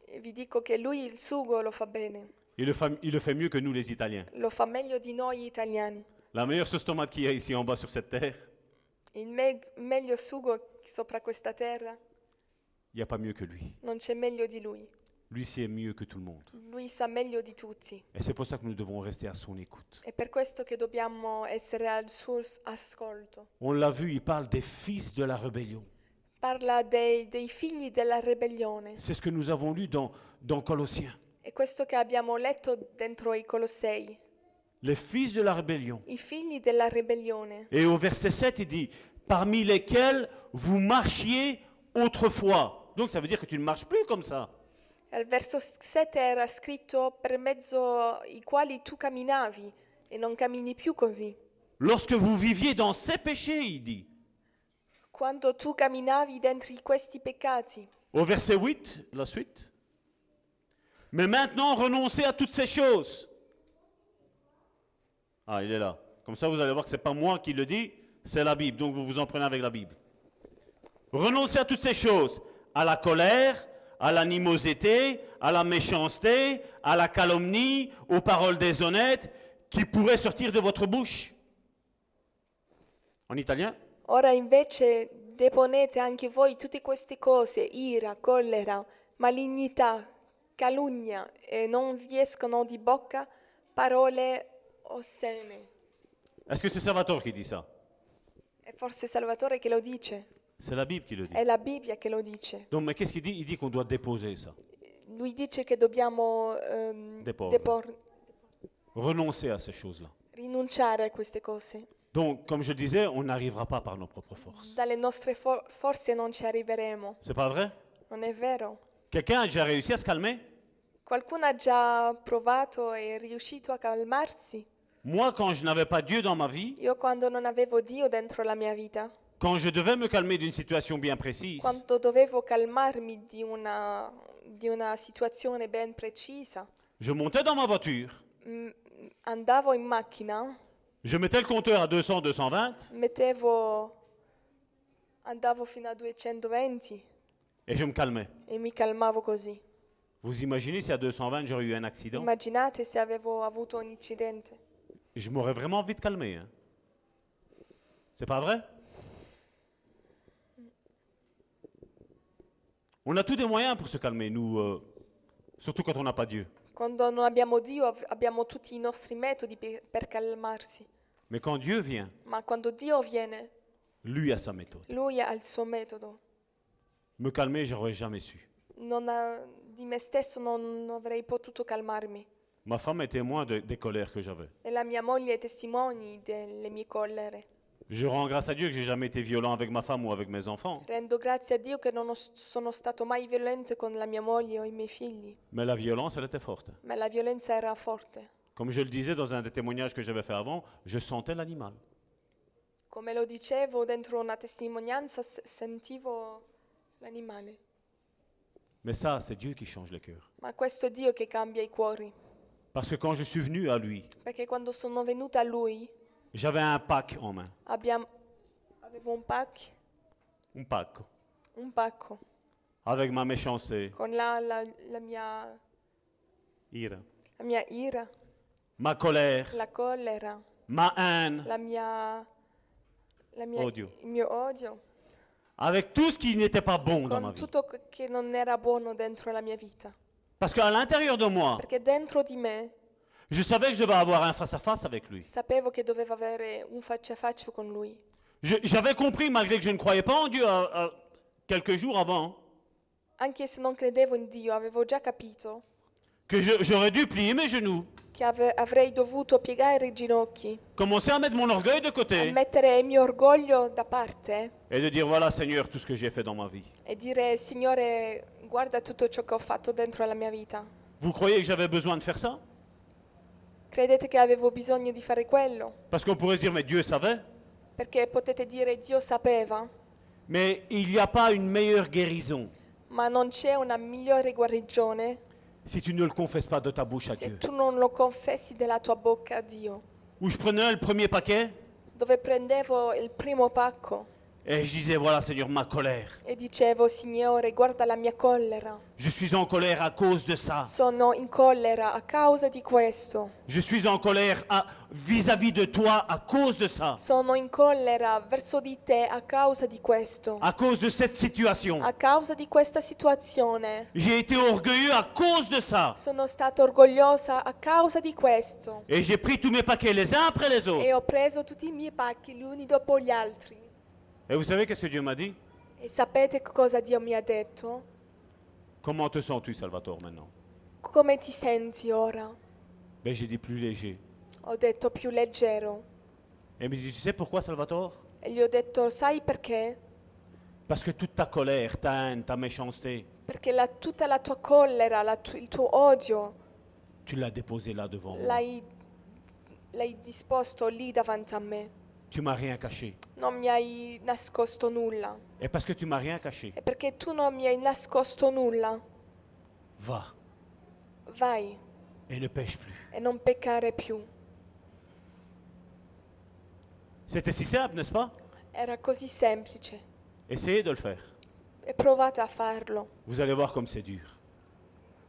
e vi dico che lui il sugo lo fa bene, Il le fait, il le fait mieux que nous, les Italiens. lo fa meglio di noi italiani. La meilleure sauce tomate qu'il y a ici en bas sur cette terre, Il me- meglio sugo sopra questa terra il n'y a pas mieux que lui. non c'è meglio di lui. Lui, c'est mieux que tout le monde. Lui sa meglio di tutti Et c'est pour ça que nous devons rester à son écoute. è per questo che dobbiamo essere al suo s- ascolto. On l'a vu, il parle des fils de la rébellion. Parla dei- dei figli della ribellione. C'est ce que nous avons lu dans, dans Colossiens. È questo che abbiamo letto dentro i Colossei, Les fils de la rébellion. i figli della ribellione. Et au verset 7, il dit, parmi lesquels vous marchiez autrefois. Donc ça veut dire que tu ne marches plus comme ça. Al verso 7 era scritto per mezzo i quali tu camminavi e non cammini più così. Lorsque vous viviez dans ces péchés, il dit. Quando tu camminavi dentro questi peccati. Au verset 8, la suite. Mais maintenant, renoncez à toutes ces choses. Ah, il est là. Comme ça, vous allez voir que ce n'est pas moi qui le dis, c'est la Bible. Donc, vous vous en prenez avec la Bible. Renoncez à toutes ces choses. À la colère, à l'animosité, à la méchanceté, à la calomnie, aux paroles déshonnêtes qui pourraient sortir de votre bouche. En italien Ora invece deponete anche voi tutte queste cose, ira, collera, malignità, calunnia, e non vi escono di bocca parole ossene. Est-ce que c'est Salvatore qui dit ça È forse Salvatore che lo dice, C'est la Bible qui le dit. è la Bibbia che lo dice. Donc, mais qu'est-ce qu'il dit Il dit qu'on doit déposer ça, Lui dice che dobbiamo ehm, Deporre. depor- renoncer à ces choses-là. rinunciare a queste cose. Donc, comme je le disais, on n'arrivera pas par nos propres forces. Dalle nostre for- forze non ci arriveremo, C'est pas vrai non è vero? Quelqu'un a déjà réussi à se calmer Qualcuno ha già provato e è riuscito a calmarsi? Moi, quand je n'avais pas Dieu dans ma vie, Io quando non avevo Dio dentro la mia vita, quand je devais me calmer d'une situation bien précise, quando dovevo calmarmi di una, di una situazione ben precisa, je montais dans ma voiture, mm, andavo in macchina, je mettais le compteur à 200, 220, mettevo, andavo fino a 220 et je me calmais. e mi calmavo così. Vous imaginez si à 220 j'aurais eu un accident Immaginate se avevo avuto un incidente. Je m'aurais vraiment vite calmé. hein. C'est pas vrai On a tous des moyens pour se calmer, nous, euh, surtout quand on n'a pas Dieu. Quando non abbiamo Dio av- abbiamo tutti i nostri metodi pe- per calmarsi, Mais quand Dieu vient, ma quando Dio viene, lui a sa méthode. Lui ha il suo metodo. Me calmer, j'aurais jamais su. Non ha- di me stesso non avrei potuto calmarmi. Ma femme est témoin de- des colères que j'avais. E la mia moglie è testimoni delle mie collere. Je rends grâce à Dieu que j'ai jamais été violent avec ma femme ou avec mes enfants. Rendo grazie a Dio che non ho- sono stato mai violento con la mia moglie o i miei figli, Mais la violence, elle était forte. ma la violenza era forte. Comme je le disais dans un des témoignages que j'avais fait avant, je sentais l'animal. Come lo dicevo dentro una testimonianza, s- sentivo l'animale. Mais ça, c'est Dieu qui change les cœurs. Ma questo è Dio che cambia i cuori. Parce que quand je suis venu à lui, Perché quando sono venuta a Lui, j'avais un pack en main. abbiamo, avevo un pack, Un pack. un pacco Avec ma méchanceté. con la, la- la mia, la ira, mia ira, Ma colère. la collera, Ma haine. la mia, la mia- Odio. il mio odio. Avec tout ce qui n'était pas bon dans ma con vie. tutto que- che non era buono dentro la mia vita. Parce qu'à l'intérieur de moi, Perché dentro di me je savais que je devais avoir un face-à-face avec lui. sapevo che dovevo avere un faccia a faccia con lui. Je- J'avais compris, malgré que je ne croyais pas en Dieu à- à- quelques jours avant, Anche se non credevo in Dio, avevo già capito que je- j'aurais dû plier mes genoux, che ave- avrei dovuto piegare i ginocchi, commencer à mettre mon orgueil de côté mettere il mio orgoglio da parte et de dire voilà Seigneur tout ce que j'ai fait dans ma vie. e dire Signore, guarda tutto ciò che ho fatto dentro la mia vita. Vous croyez que j'avais besoin de faire ça Credete che avevo bisogno di fare quello? Parce qu'on pourrait se dire mais Dieu savait. Perché potete dire Dio sapeva, Mais il n'y a pas une meilleure guérison ma non c'è una migliore guarigione si tu ne le confesses pas de ta bouche à se Dieu. tu non lo confessi della tua bocca a Dio. Où je prenais le premier paquet dove prendevo il primo pacco et je disais voilà Seigneur ma colère. e dicevo, Signore, guarda la mia collera, Je suis en colère à cause de ça. sono in collera a causa di questo, Je suis en colère à- vis-à-vis de toi à cause de ça. sono in collera verso di te a causa di questo, À cause de cette situation. a causa di questa situazione, J'ai été orgueilleux à cause de ça. sono stata orgogliosa a causa di questo Et j'ai pris tous mes paquets les uns après les autres. e ho preso tutti i miei pacchi gli uni dopo gli altri. Et vous savez qu'est-ce que Dieu m'a dit E sapete cosa Dio mi ha detto? Comment te sens-tu, Salvatore, maintenant Come ti senti ora? Ben j'ai dit plus léger. Ho detto più leggero. Et il me dit, tu sais pourquoi, Salvatore E gli ho detto, sai perché? Parce que toute ta colère, ta haine, ta méchanceté, Perché la- tutta la tua collera, la tu- il tuo odio tu l'as déposée là devant moi. l'hai, l'hai disposto lì davanti a me. Tu m'as rien caché. Non mi hai nascosto nulla. Et parce que tu m'as rien caché, E perché tu non mi hai nascosto nulla, va vai et ne pêche plus. e non peccare più. C'était si simple, n'est-ce pas Era così semplice. Essayez de le faire. E provate a farlo. Vous allez voir comme c'est dur.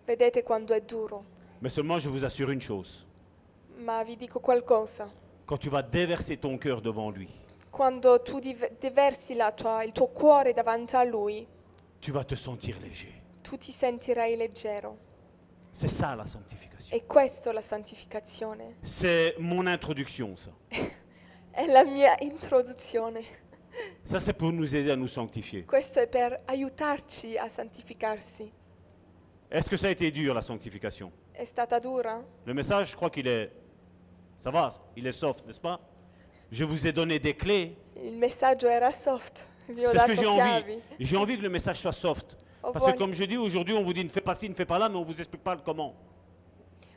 Vedete quando è duro. Mais seulement, je vous assure une chose. Ma vi dico qualcosa. Quand tu vas déverser ton cœur devant lui, quando tu div- diversi la tua- il tuo cuore davanti a Lui, tu vas te sentir léger. tu ti sentirai leggero. C'est ça la sanctification. E questo è la santificazione. C'est mon introduction, ça. È la mia introduzione. Ça, c'est pour nous aider à nous sanctifier. Questo è per aiutarci a santificarsi. Est-ce que ça a été dur, la sanctification È stata dura? Le message, je crois qu'il est... Ça va, il est soft, n'est-ce pas Je vous ai donné des clés. Il messaggio era soft, vi ho C'est ce dato que j'ai envie. chiavi. J'ai envie que le message soit soft. Ho Parce que voglia- comme je dis, aujourd'hui, on vous dit ne fais pas ci, ne fais pas là, mais on vous explique pas le comment.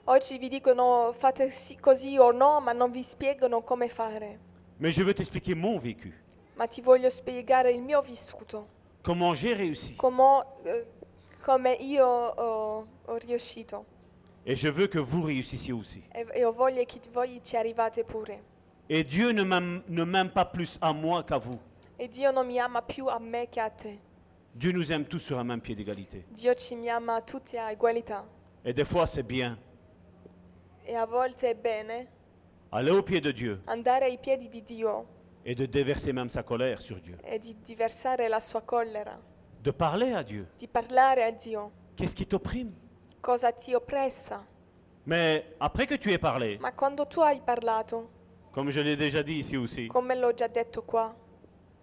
Oggi vi dicono fate sì- così o no, ma non vi spiegano come fare. Mais je veux t'expliquer mon vécu. Ma ti voglio spiegare il mio vissuto, Comment j'ai réussi. com'ho, eh, come io ho, ho riuscito Et je veux que vous réussissiez aussi. e, e ho voglia che voi ci arrivate pure. Et Dieu ne m'aime ne m'aime pas plus à moi qu'à vous. E Dio non mi ama più a me che a te. Dieu nous aime tous sur un même pied d'égalité. Dio ci mi ama tutti a ugualità. Et des fois, c'est bien. E a volte è bene Aller au pied de Dieu andare ai piedi di Dio et de déverser même sa colère sur Dieu. e di diversare la sua collera, De parler à Dieu. di parlare a Dio Qu'est-ce qui t'opprime cosa ti oppressa. Mais après que tu aies parlé, Ma quando tu hai parlato, comme je l'ai déjà dit ici aussi, come l'ho già detto qua,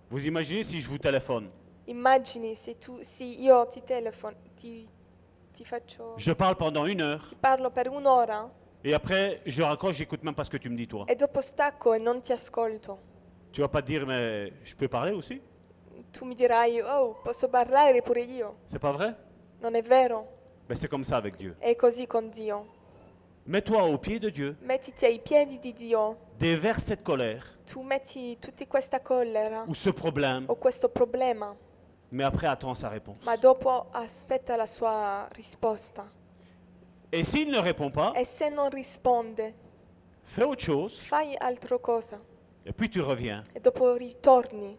vous imaginez si je vous téléphone. immagini se tu, sì, io ti telefono, ti, ti faccio, Je parle pendant une heure ti parlo per un'ora et après, je raccroche, j'écoute même pas ce que tu me dis, toi. e dopo stacco e non ti ascolto. Tu vas pas te dire, mais je peux parler aussi Tu mi dirai, oh, posso parlare pure io. C'est pas vrai Non è vero? Mais c'est comme ça avec Dieu. È così con Dio. Mets-toi au pied de Dieu, Mettiti ai piedi di Dio, déverse cette colère tu metti tutta questa collera ou ce problème, o questo problema, mais après attends sa réponse. ma dopo aspetta la sua risposta. Et s'il ne répond pas, E se non risponde, fais autre chose fai altro cosa et puis tu reviens e dopo ritorni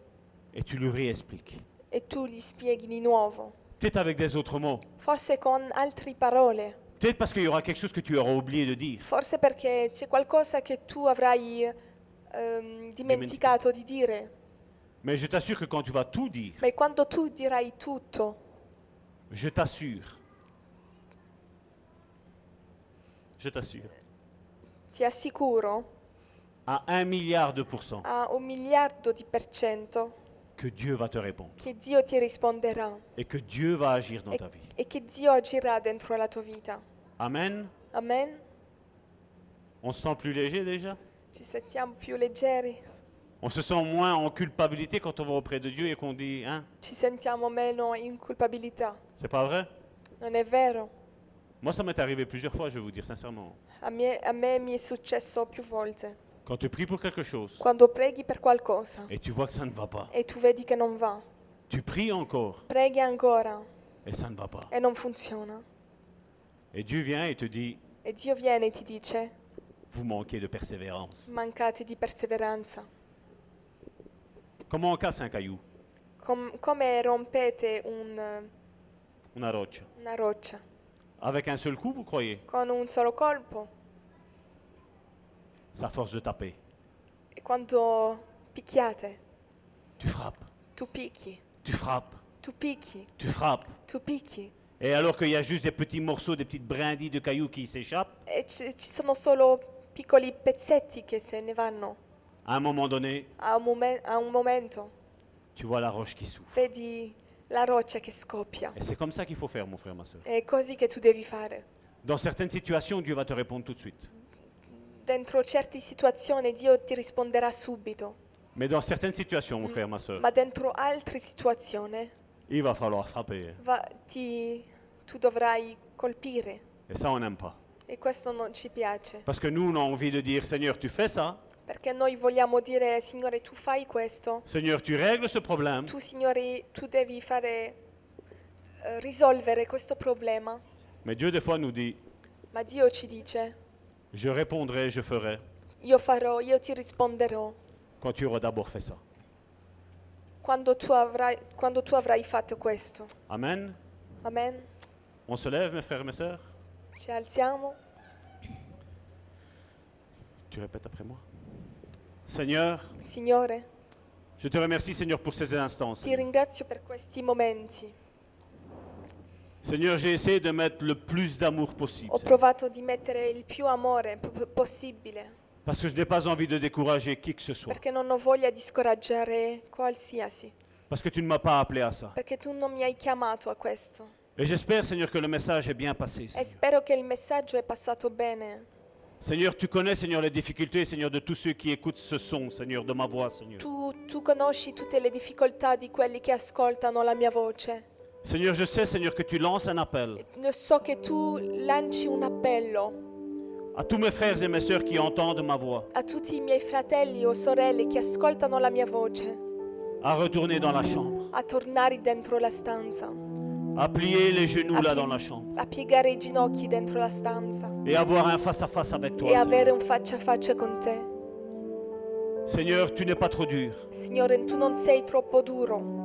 et tu lui réexpliques. e tu gli spieghi di nuovo, Peut-être avec des autres mots, forse con altre parole, peut-être parce qu'il y aura quelque chose que tu auras oublié de dire. forse perché c'è qualcosa che tu avrai ehm, dimenticato di dire, Mais je t'assure que quand tu vas tout dire, ma quando tu dirai tutto, je t'assure, je t'assure, ti assicuro, à un milliard de pourcents, a un miliardo di per cento que Dieu va te répondre che Dio ti risponderà et que Dieu va agir dans ta vie. e che Dio agirà dentro la tua vita. Amen. Amen? On se sent plus léger déjà Ci sentiamo più leggeri, On se sent moins en culpabilité quand on va auprès de Dieu et qu'on dit, hein, ci sentiamo meno in colpabilità, c'est pas vrai non è vero? Moi, ça m'est arrivé plusieurs fois, je vais vous dire sincèrement. A me, a me mi è successo più volte. Quand tu pries pour quelque chose Quando preghi per qualcosa et tu vois que ça ne va pas, e tu vedi che non va, tu pries encore preghi ancora et ça ne va pas. e non funziona. Et Dieu vient et te dit, E Dio viene e ti dice, vous manquez de persévérance. mancate di perseveranza. Comment on casse un caillou Com- come rompete un, eh, On arroche. una roccia? Avec un seul coup, vous croyez Con un solo colpo. Ça force de taper. E quando picchiate, Tu frappes, tu picchi, tu frappes, tu picchi, tu frappes. tu picchi. Et alors qu'il y a juste des petits morceaux, des petites brindilles de cailloux qui s'échappent, E ci, ci sono solo piccoli pezzetti che se ne vanno. à un moment donné, A un, momen- a un momento tu vois la roche qui souffle. vedi la roccia che scoppia. Et c'est comme ça qu'il faut faire, mon frère, ma soeur. È così che tu devi fare. Dans certaines situations, Dieu va te répondre tout de suite. Dentro certe situazioni Dio ti risponderà subito, Mais dans certaines situations, mon frère, ma soeur, ma dentro altre situazioni il va falloir frapper. va- ti- tu dovrai colpire Et ça, on n'aime pas. e questo non ci piace, Parce que nous, on a envie de dire, Seigneur, tu fais ça. perché noi vogliamo dire Signore tu fai questo, Seigneur, tu règles ce problème. tu Signore tu devi fare eh, risolvere questo problema, Mais Dieu, des fois, nous dit, ma Dio ci dice je répondrai, je ferai, io farò, io ti risponderò quand tu auras d'abord fait ça. quando tu avrai, quando tu avrai fatto questo. Amen. Amen? On se lève, mes frères et mes sœurs. Ci alziamo. Tu répètes après moi. Seigneur, Signore, Je te remercie, Seigneur, pour ces instants. Ti Seigneur, ringrazio per questi momenti. Seigneur, j'ai essayé de mettre le plus d'amour possible. Ho Seigneur, provato di mettere il più amore p- possibile parce que je n'ai pas envie de décourager qui que ce soit. perché non ho voglia di scoraggiare qualsiasi, Parce que tu ne m'as pas appelé à ça. perché tu non mi hai chiamato a questo. Et j'espère, Seigneur, que le message est bien passé. E Seigneur, spero che il messaggio è passato bene. Seigneur, tu connais, Seigneur, les difficultés, Seigneur, de tous ceux qui écoutent ce son, Seigneur, de ma voix, Seigneur. Tu, tu conosci tutte le difficoltà di quelli che ascoltano la mia voce. Seigneur, je sais, Seigneur, que tu lances un appel Ne so che tu lanci un appello à tous mes frères et mes sœurs qui entendent ma voix a tutti i miei fratelli o sorelle che ascoltano la mia voce à retourner dans la chambre, a tornare dentro la stanza, à plier les genoux là Appli- dans la chambre a piegare i ginocchi dentro la stanza et avoir un face-à-face avec toi. e Seigneur. avere un faccia a faccia con te. Seigneur, tu n'es pas trop dur, Signore, tu non sei troppo duro,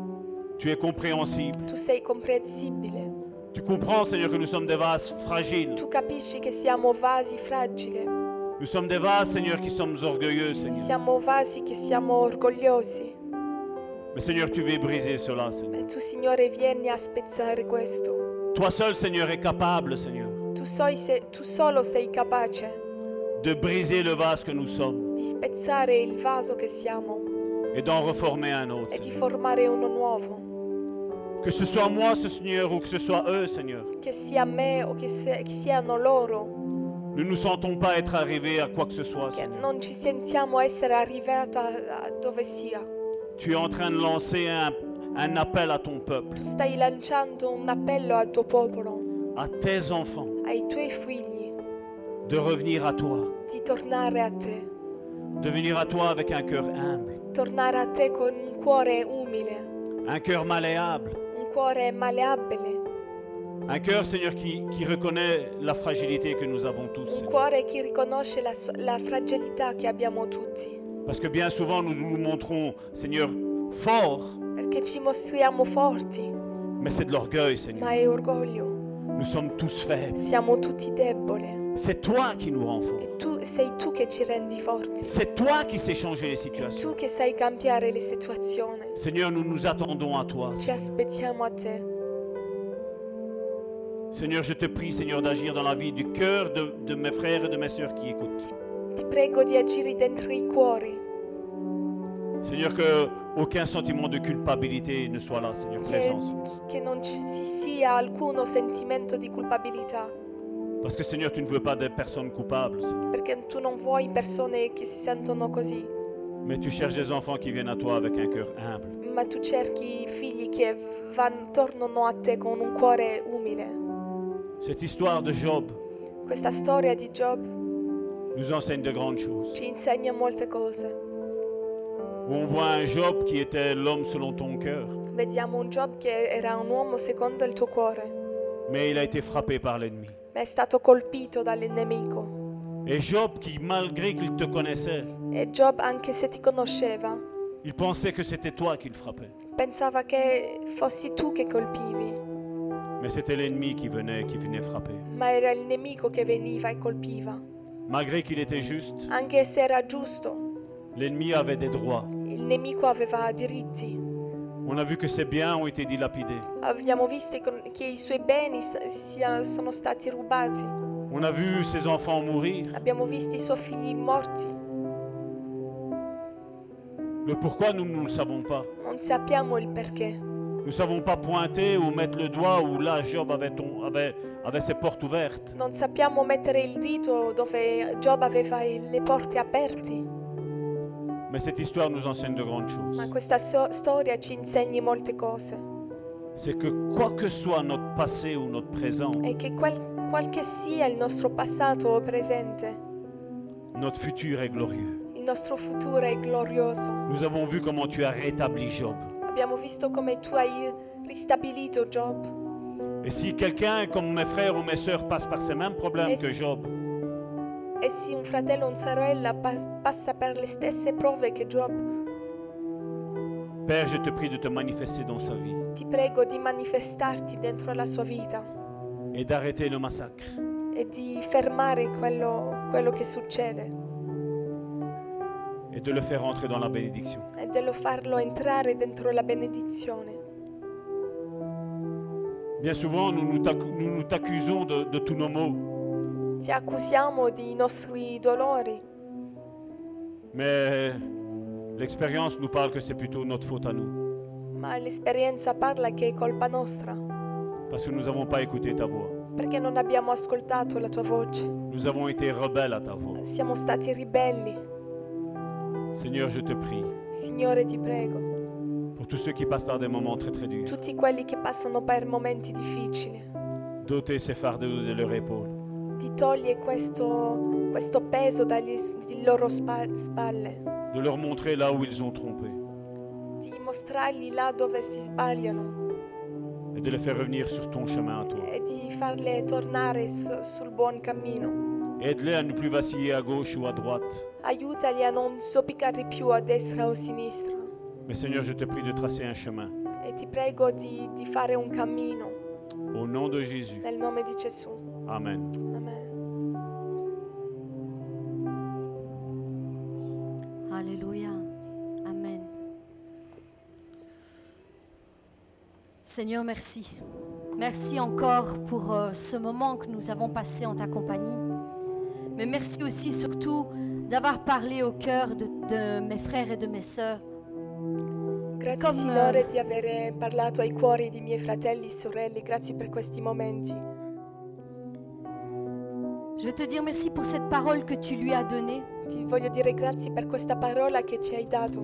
tu es compréhensible. tu sei comprensibile. Tu comprends, Seigneur, que nous sommes des vases fragiles. Tu capisci che siamo vasi fragili, Nous sommes des vases, Seigneur, qui sommes orgueilleux, Seigneur. siamo vasi che siamo orgogliosi. Mais Seigneur, tu veux briser cela, Seigneur. E tu, Signore, vieni a spezzare questo. Toi seul, Seigneur, est capable, Seigneur, Tu, sei- se- tu solo sei capace de briser le vase que nous sommes di spezzare il vaso che siamo et d'en reformer un autre. e di Seigneur. formare uno nuovo, Que ce soit moi, ce Seigneur, ou que ce soit eux, Seigneur. che sia me o che, se- che siano loro, Nous ne nous sentons pas être arrivés à quoi que ce soit, che Seigneur. non ci sentiamo essere arrivata a dove sia. Tu es en train de lancer un, un appel à ton peuple, Tu stai lanciando un appello al tuo popolo, à tes enfants, ai tuoi figli, de revenir à toi, di tornare a te, de venir à toi avec un cœur humble, tornare a te con un cuore umile, un cœur malléable, un cuore maleabile, un cœur, Seigneur, qui, qui reconnaît la fragilité que nous avons tous. un Seigneur. cuore che riconosce la so- la fragilità che abbiamo tutti. Parce que bien souvent, nous nous montrons, Seigneur, fort, Perché ci mostriamo forti, mais c'est de l'orgueil, Seigneur. ma è orgoglio. Nous sommes tous faibles. Siamo tutti deboli. C'est toi qui nous rends forts. E tu sei tu che ci rendi forti. C'est toi qui sais changer les È situations. tu che sai cambiare le situazioni. Seigneur, nous nous attendons à toi. Ci aspettiamo a te. Seigneur, je te prie, Seigneur, d'agir dans la vie du cœur de, de mes frères et de mes sœurs qui écoutent. Ti prego di agire dentro i cuori. Seigneur, que aucun sentiment de culpabilité ne soit là, Seigneur, Che, présent. Seigneur. che non ci sia alcuno sentimento di colpabilità. Parce que, Seigneur, tu ne veux pas des personnes coupables, Seigneur. Perché tu non vuoi persone che si sentono così. Mais tu cherches des enfants qui viennent à toi avec un cœur humble. Ma tu cerchi figli che van, tornano a te con un cuore umile. Cette histoire de Job Questa storia di Job nous enseigne de grandes choses. ci insegna molte cose. où on voit un Job qui était l'homme selon ton cœur, Vediamo un Job che era un uomo secondo il tuo cuore, mais il a été frappé par l'ennemi. ma è stato colpito dall'nemico. Et Job, qui malgré qu'il te connaissait, E Job, anche se ti conosceva, il pensait que c'était toi qui le frappais, pensava che fossi tu che colpivi, mais c'était l'ennemi qui venait, qui venait frapper. ma era il nemico che veniva e colpiva. Malgré qu'il était juste, Anche se era giusto, l'ennemi avait des droits. il nemico aveva diritti. On a vu que ses biens ont été dilapidés. Abbiamo visto con- che i suoi beni s- sia- sono stati rubati, On a vu ses enfants mourir. abbiamo visto i suoi figli morti. Le pourquoi, nous ne le savons pas. Non sappiamo il perché, Nous ne savons pas pointer ou mettre le doigt où là Job avait, ton- avait- avait ses portes ouvertes. non sappiamo mettere il dito dove Job aveva le porte aperte. Mais cette histoire nous enseigne de grandes choses. Ma questa so- storia ci insegni molte cose c'est que quoi que soit notre passé ou notre présent, e che qual- qual che sia il nostro passato o presente, notre futur est glorieux. il nostro futuro è glorioso. Nous avons vu comment tu as rétabli Job. Abbiamo visto come tu hai ristabilito Job Et si quelqu'un comme mes frères ou mes sœurs passe par ces mêmes problèmes Est-ce- que Job, e se un fratello o una sorella pas- passa per le stesse prove che Job, Père, je te prie de te manifester dans sa vie ti prego di manifestarti dentro la sua vita et d'arrêter le massacre. e di fermare quello, quello che succede et de le faire entrer dans la bénédiction. e dello farlo entrare dentro la benedizione. Bien souvent, nous nous t'accu- nous nous t'accusons de, de tous nos maux, Ti accusiamo dei nostri dolori, mais l'expérience nous parle que c'est plutôt notre faute à nous, ma l'esperienza parla che è colpa nostra, parce que nous n'avons pas écouté ta voix. perché non abbiamo ascoltato la tua voce, Nous avons été rebelles à ta voix. siamo stati ribelli. Seigneur, je te prie, Signore ti prego, pour tous ceux qui passent par des moments très très durs, tutti quelli che passano per momenti difficili, doter ces fardeaux de leur épaule. ti togli questo, questo peso dalle loro spa- spalle, de leur montrer là où ils ont trompé di mostrargli là dove si sbagliano et de les faire revenir sur ton chemin à toi. e di farle tornare su- sul buon cammino. Aide-les à ne plus vaciller à gauche ou à droite. Aiutali a non zoppicare più a destra o a sinistra Mais Seigneur, je te prie de tracer un chemin. e ti prego di, di fare un cammino Au nom de Jésus. nel nome di Gesù. Amen. Amen. Alléluia. Amen. Seigneur, merci. Merci encore pour euh, ce moment que nous avons passé en ta compagnie. Mais merci aussi surtout d'avoir parlé au cœur de, de mes frères et de mes sœurs. Grazie Come- Signore di aver parlato ai cuori di miei fratelli e sorelle, grazie per questi momenti. Je veux te dire merci pour cette parole que tu lui as donnée. Ti voglio dire grazie per questa parola che ci hai dato,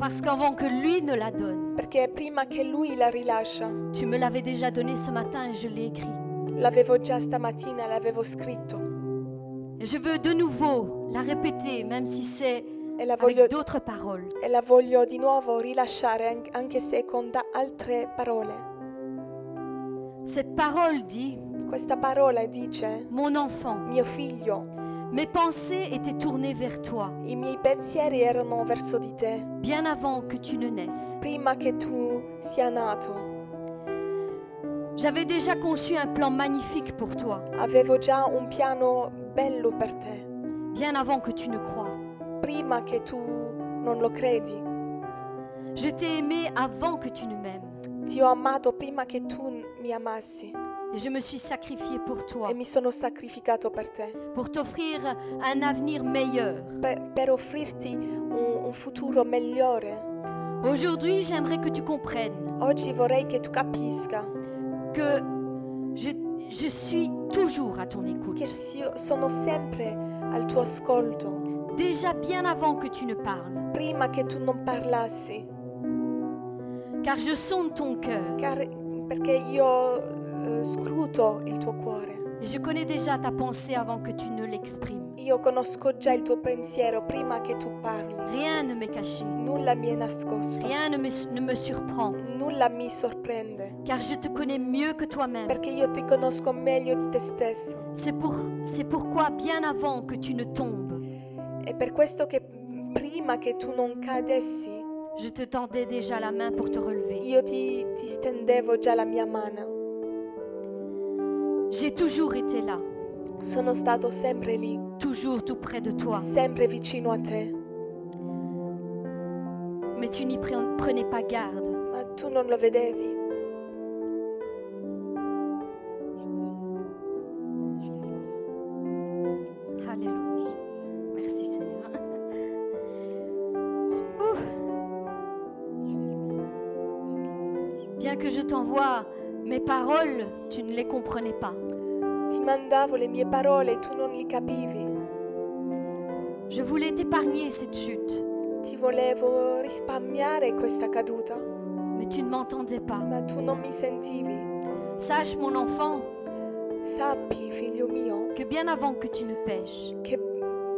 Parce qu'avant que lui ne la donne, perché prima che lui la rilascia, tu me l'avais déjà donnée ce matin et je l'ai écrit. l'avevo già stamattina, l'avevo scritto Et je veux de nouveau la répéter, même si c'est e la voglio, avec d'autres paroles. e la voglio di nuovo rilasciare an- anche se con da- altre parole. Cette parole dit, Questa parola dice, mon enfant, mio figlio, Mes pensées étaient tournées vers toi, I miei pensieri erano verso di te, bien avant que tu ne naisses. prima che tu sia nato. J'avais déjà conçu un plan magnifique pour toi, Avevo già un piano bello per te, bien avant que tu ne crois. prima che tu non lo credi. Je t'ai aimé avant que tu ne m'aimes. Ti ho amato prima che tu mi amassi Et je me suis sacrifiée pour toi, e mi sono sacrificato per te, pour t'offrir un avenir meilleur. per, per offrirti un, un futuro migliore. Aujourd'hui, j'aimerais que tu comprennes Oggi vorrei che tu capisca que je, je suis toujours à ton écoute. che si- sono sempre al tuo ascolto, Déjà bien avant que tu ne parles, prima che tu non parlassi, car je sonde ton cœur. car- perché io eh, scruto il tuo cuore. Et je connais déjà ta pensée avant que tu ne l'exprimes. Io conosco già il tuo pensiero prima che tu parli. Rien ne m'est caché. Nulla mi è nascosto, Rien ne me, ne me surprend, nulla mi sorprende, car je te connais mieux que toi-même. perché io ti conosco meglio di te stesso. C'est pour, c'est pourquoi, bien avant que tu ne tombes, È per questo che prima che tu non cadessi, je te tendais déjà la main pour te relever. io ti, ti stendevo già la mia mano. J'ai toujours été là, Sono stato sempre lì, toujours tout près de toi, sempre vicino a te, mais tu n'y pre- prenais pas garde. ma tu non lo vedevi. Alléluia. Merci Seigneur. Ouh. Bien que je t'envoie mes paroles, tu ne les comprenais pas. Ti mandavo le mie parole e tu non le capivi. Je voulais t'épargner cette chute, Ti volevo risparmiare questa caduta, mais tu ne m'entendais pas. ma tu non mi sentivi. Sache, mon enfant, Sappi, figlio mio, que bien avant que tu ne pêches, che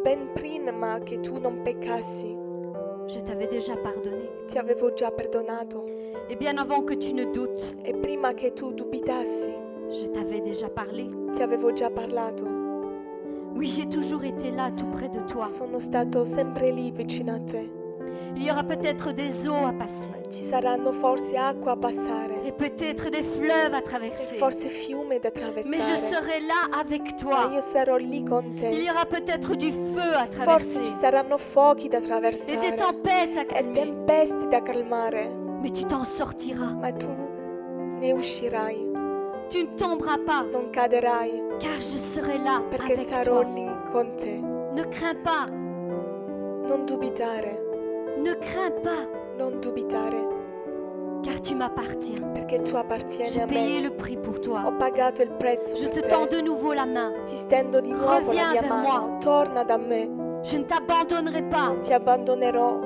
ben prima che tu non peccassi je t'avais déjà pardonné. ti avevo già perdonato Et bien avant que tu ne doutes, e prima che tu dubitassi je t'avais déjà parlé. ti avevo già parlato. Oui, j'ai toujours été là, tout près de toi. Sono stato sempre lì vicino a te. Il y aura peut-être des eaux à passer. Ci saranno forse acqua a passare Et peut-être des fleuves à e traverser, forse fiume da mais je attraversare. serai là avec Ma toi. io sarò lì con Il te. y aura peut-être du feu à traverser Forse ci saranno fuochi da et des attraversare tempêtes à e calmer, tempeste da calmare, mais tu t'en sortiras. ma tu ne uscirai, Tu ne tomberas pas, non caderai, car je serai là perché avec sarò toi. lì con te. Ne crains pas, Non dubitare, ne crains pas, non dubitare, car tu m'appartiens. perché tu appartieni J'ai a payé me. le prix pour toi. Ho pagato il prezzo Je te per tends te. de nouveau la main. Ti stendo di nuovo la Reviens mia vers moi. mano. Torna da me. Je ne t'abandonnerai pas. Non ti abbandonerò.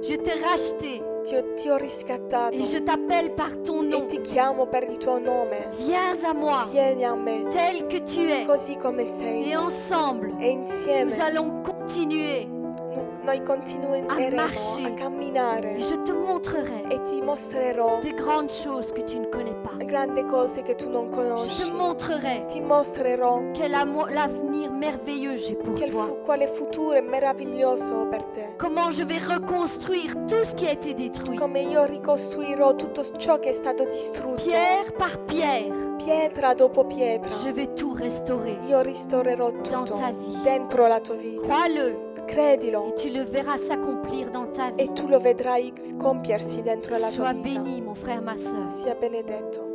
Je t'ai racheté Ti ho, ti ho riscattato. et je t'appelle par ton E nom. ti chiamo per il tuo nome. Viens à moi, Vieni a me, tel que tu es, così come sei. et ensemble, E nous insieme allons continuer. nu- noi A continueremo marci. a camminare. Et je te montrerai E ti mostrerò des grandes choses que tu ne connais pas. grandi cose che tu non Je conosci. te montrerai Ti mostrerò quel amo- l'avenir merveilleux j'ai pour che il toi. fu- quale futuro è meraviglioso ho per te. Comment je vais reconstruire tout ce qui a été détruit, Come io ricostruirò tutto ciò che è stato distrutto. pierre par pierre. Pietra dopo pietra. Je vais tout restaurer Io ristorerò dans ta tutto vie. dentro la tua vita. Crois-le Credilo et tu le verras s'accomplir dans ta vie. e tu lo vedrai compiersi dentro la tua Sois vita. béni, mon frère, ma soeur. Sia benedetto.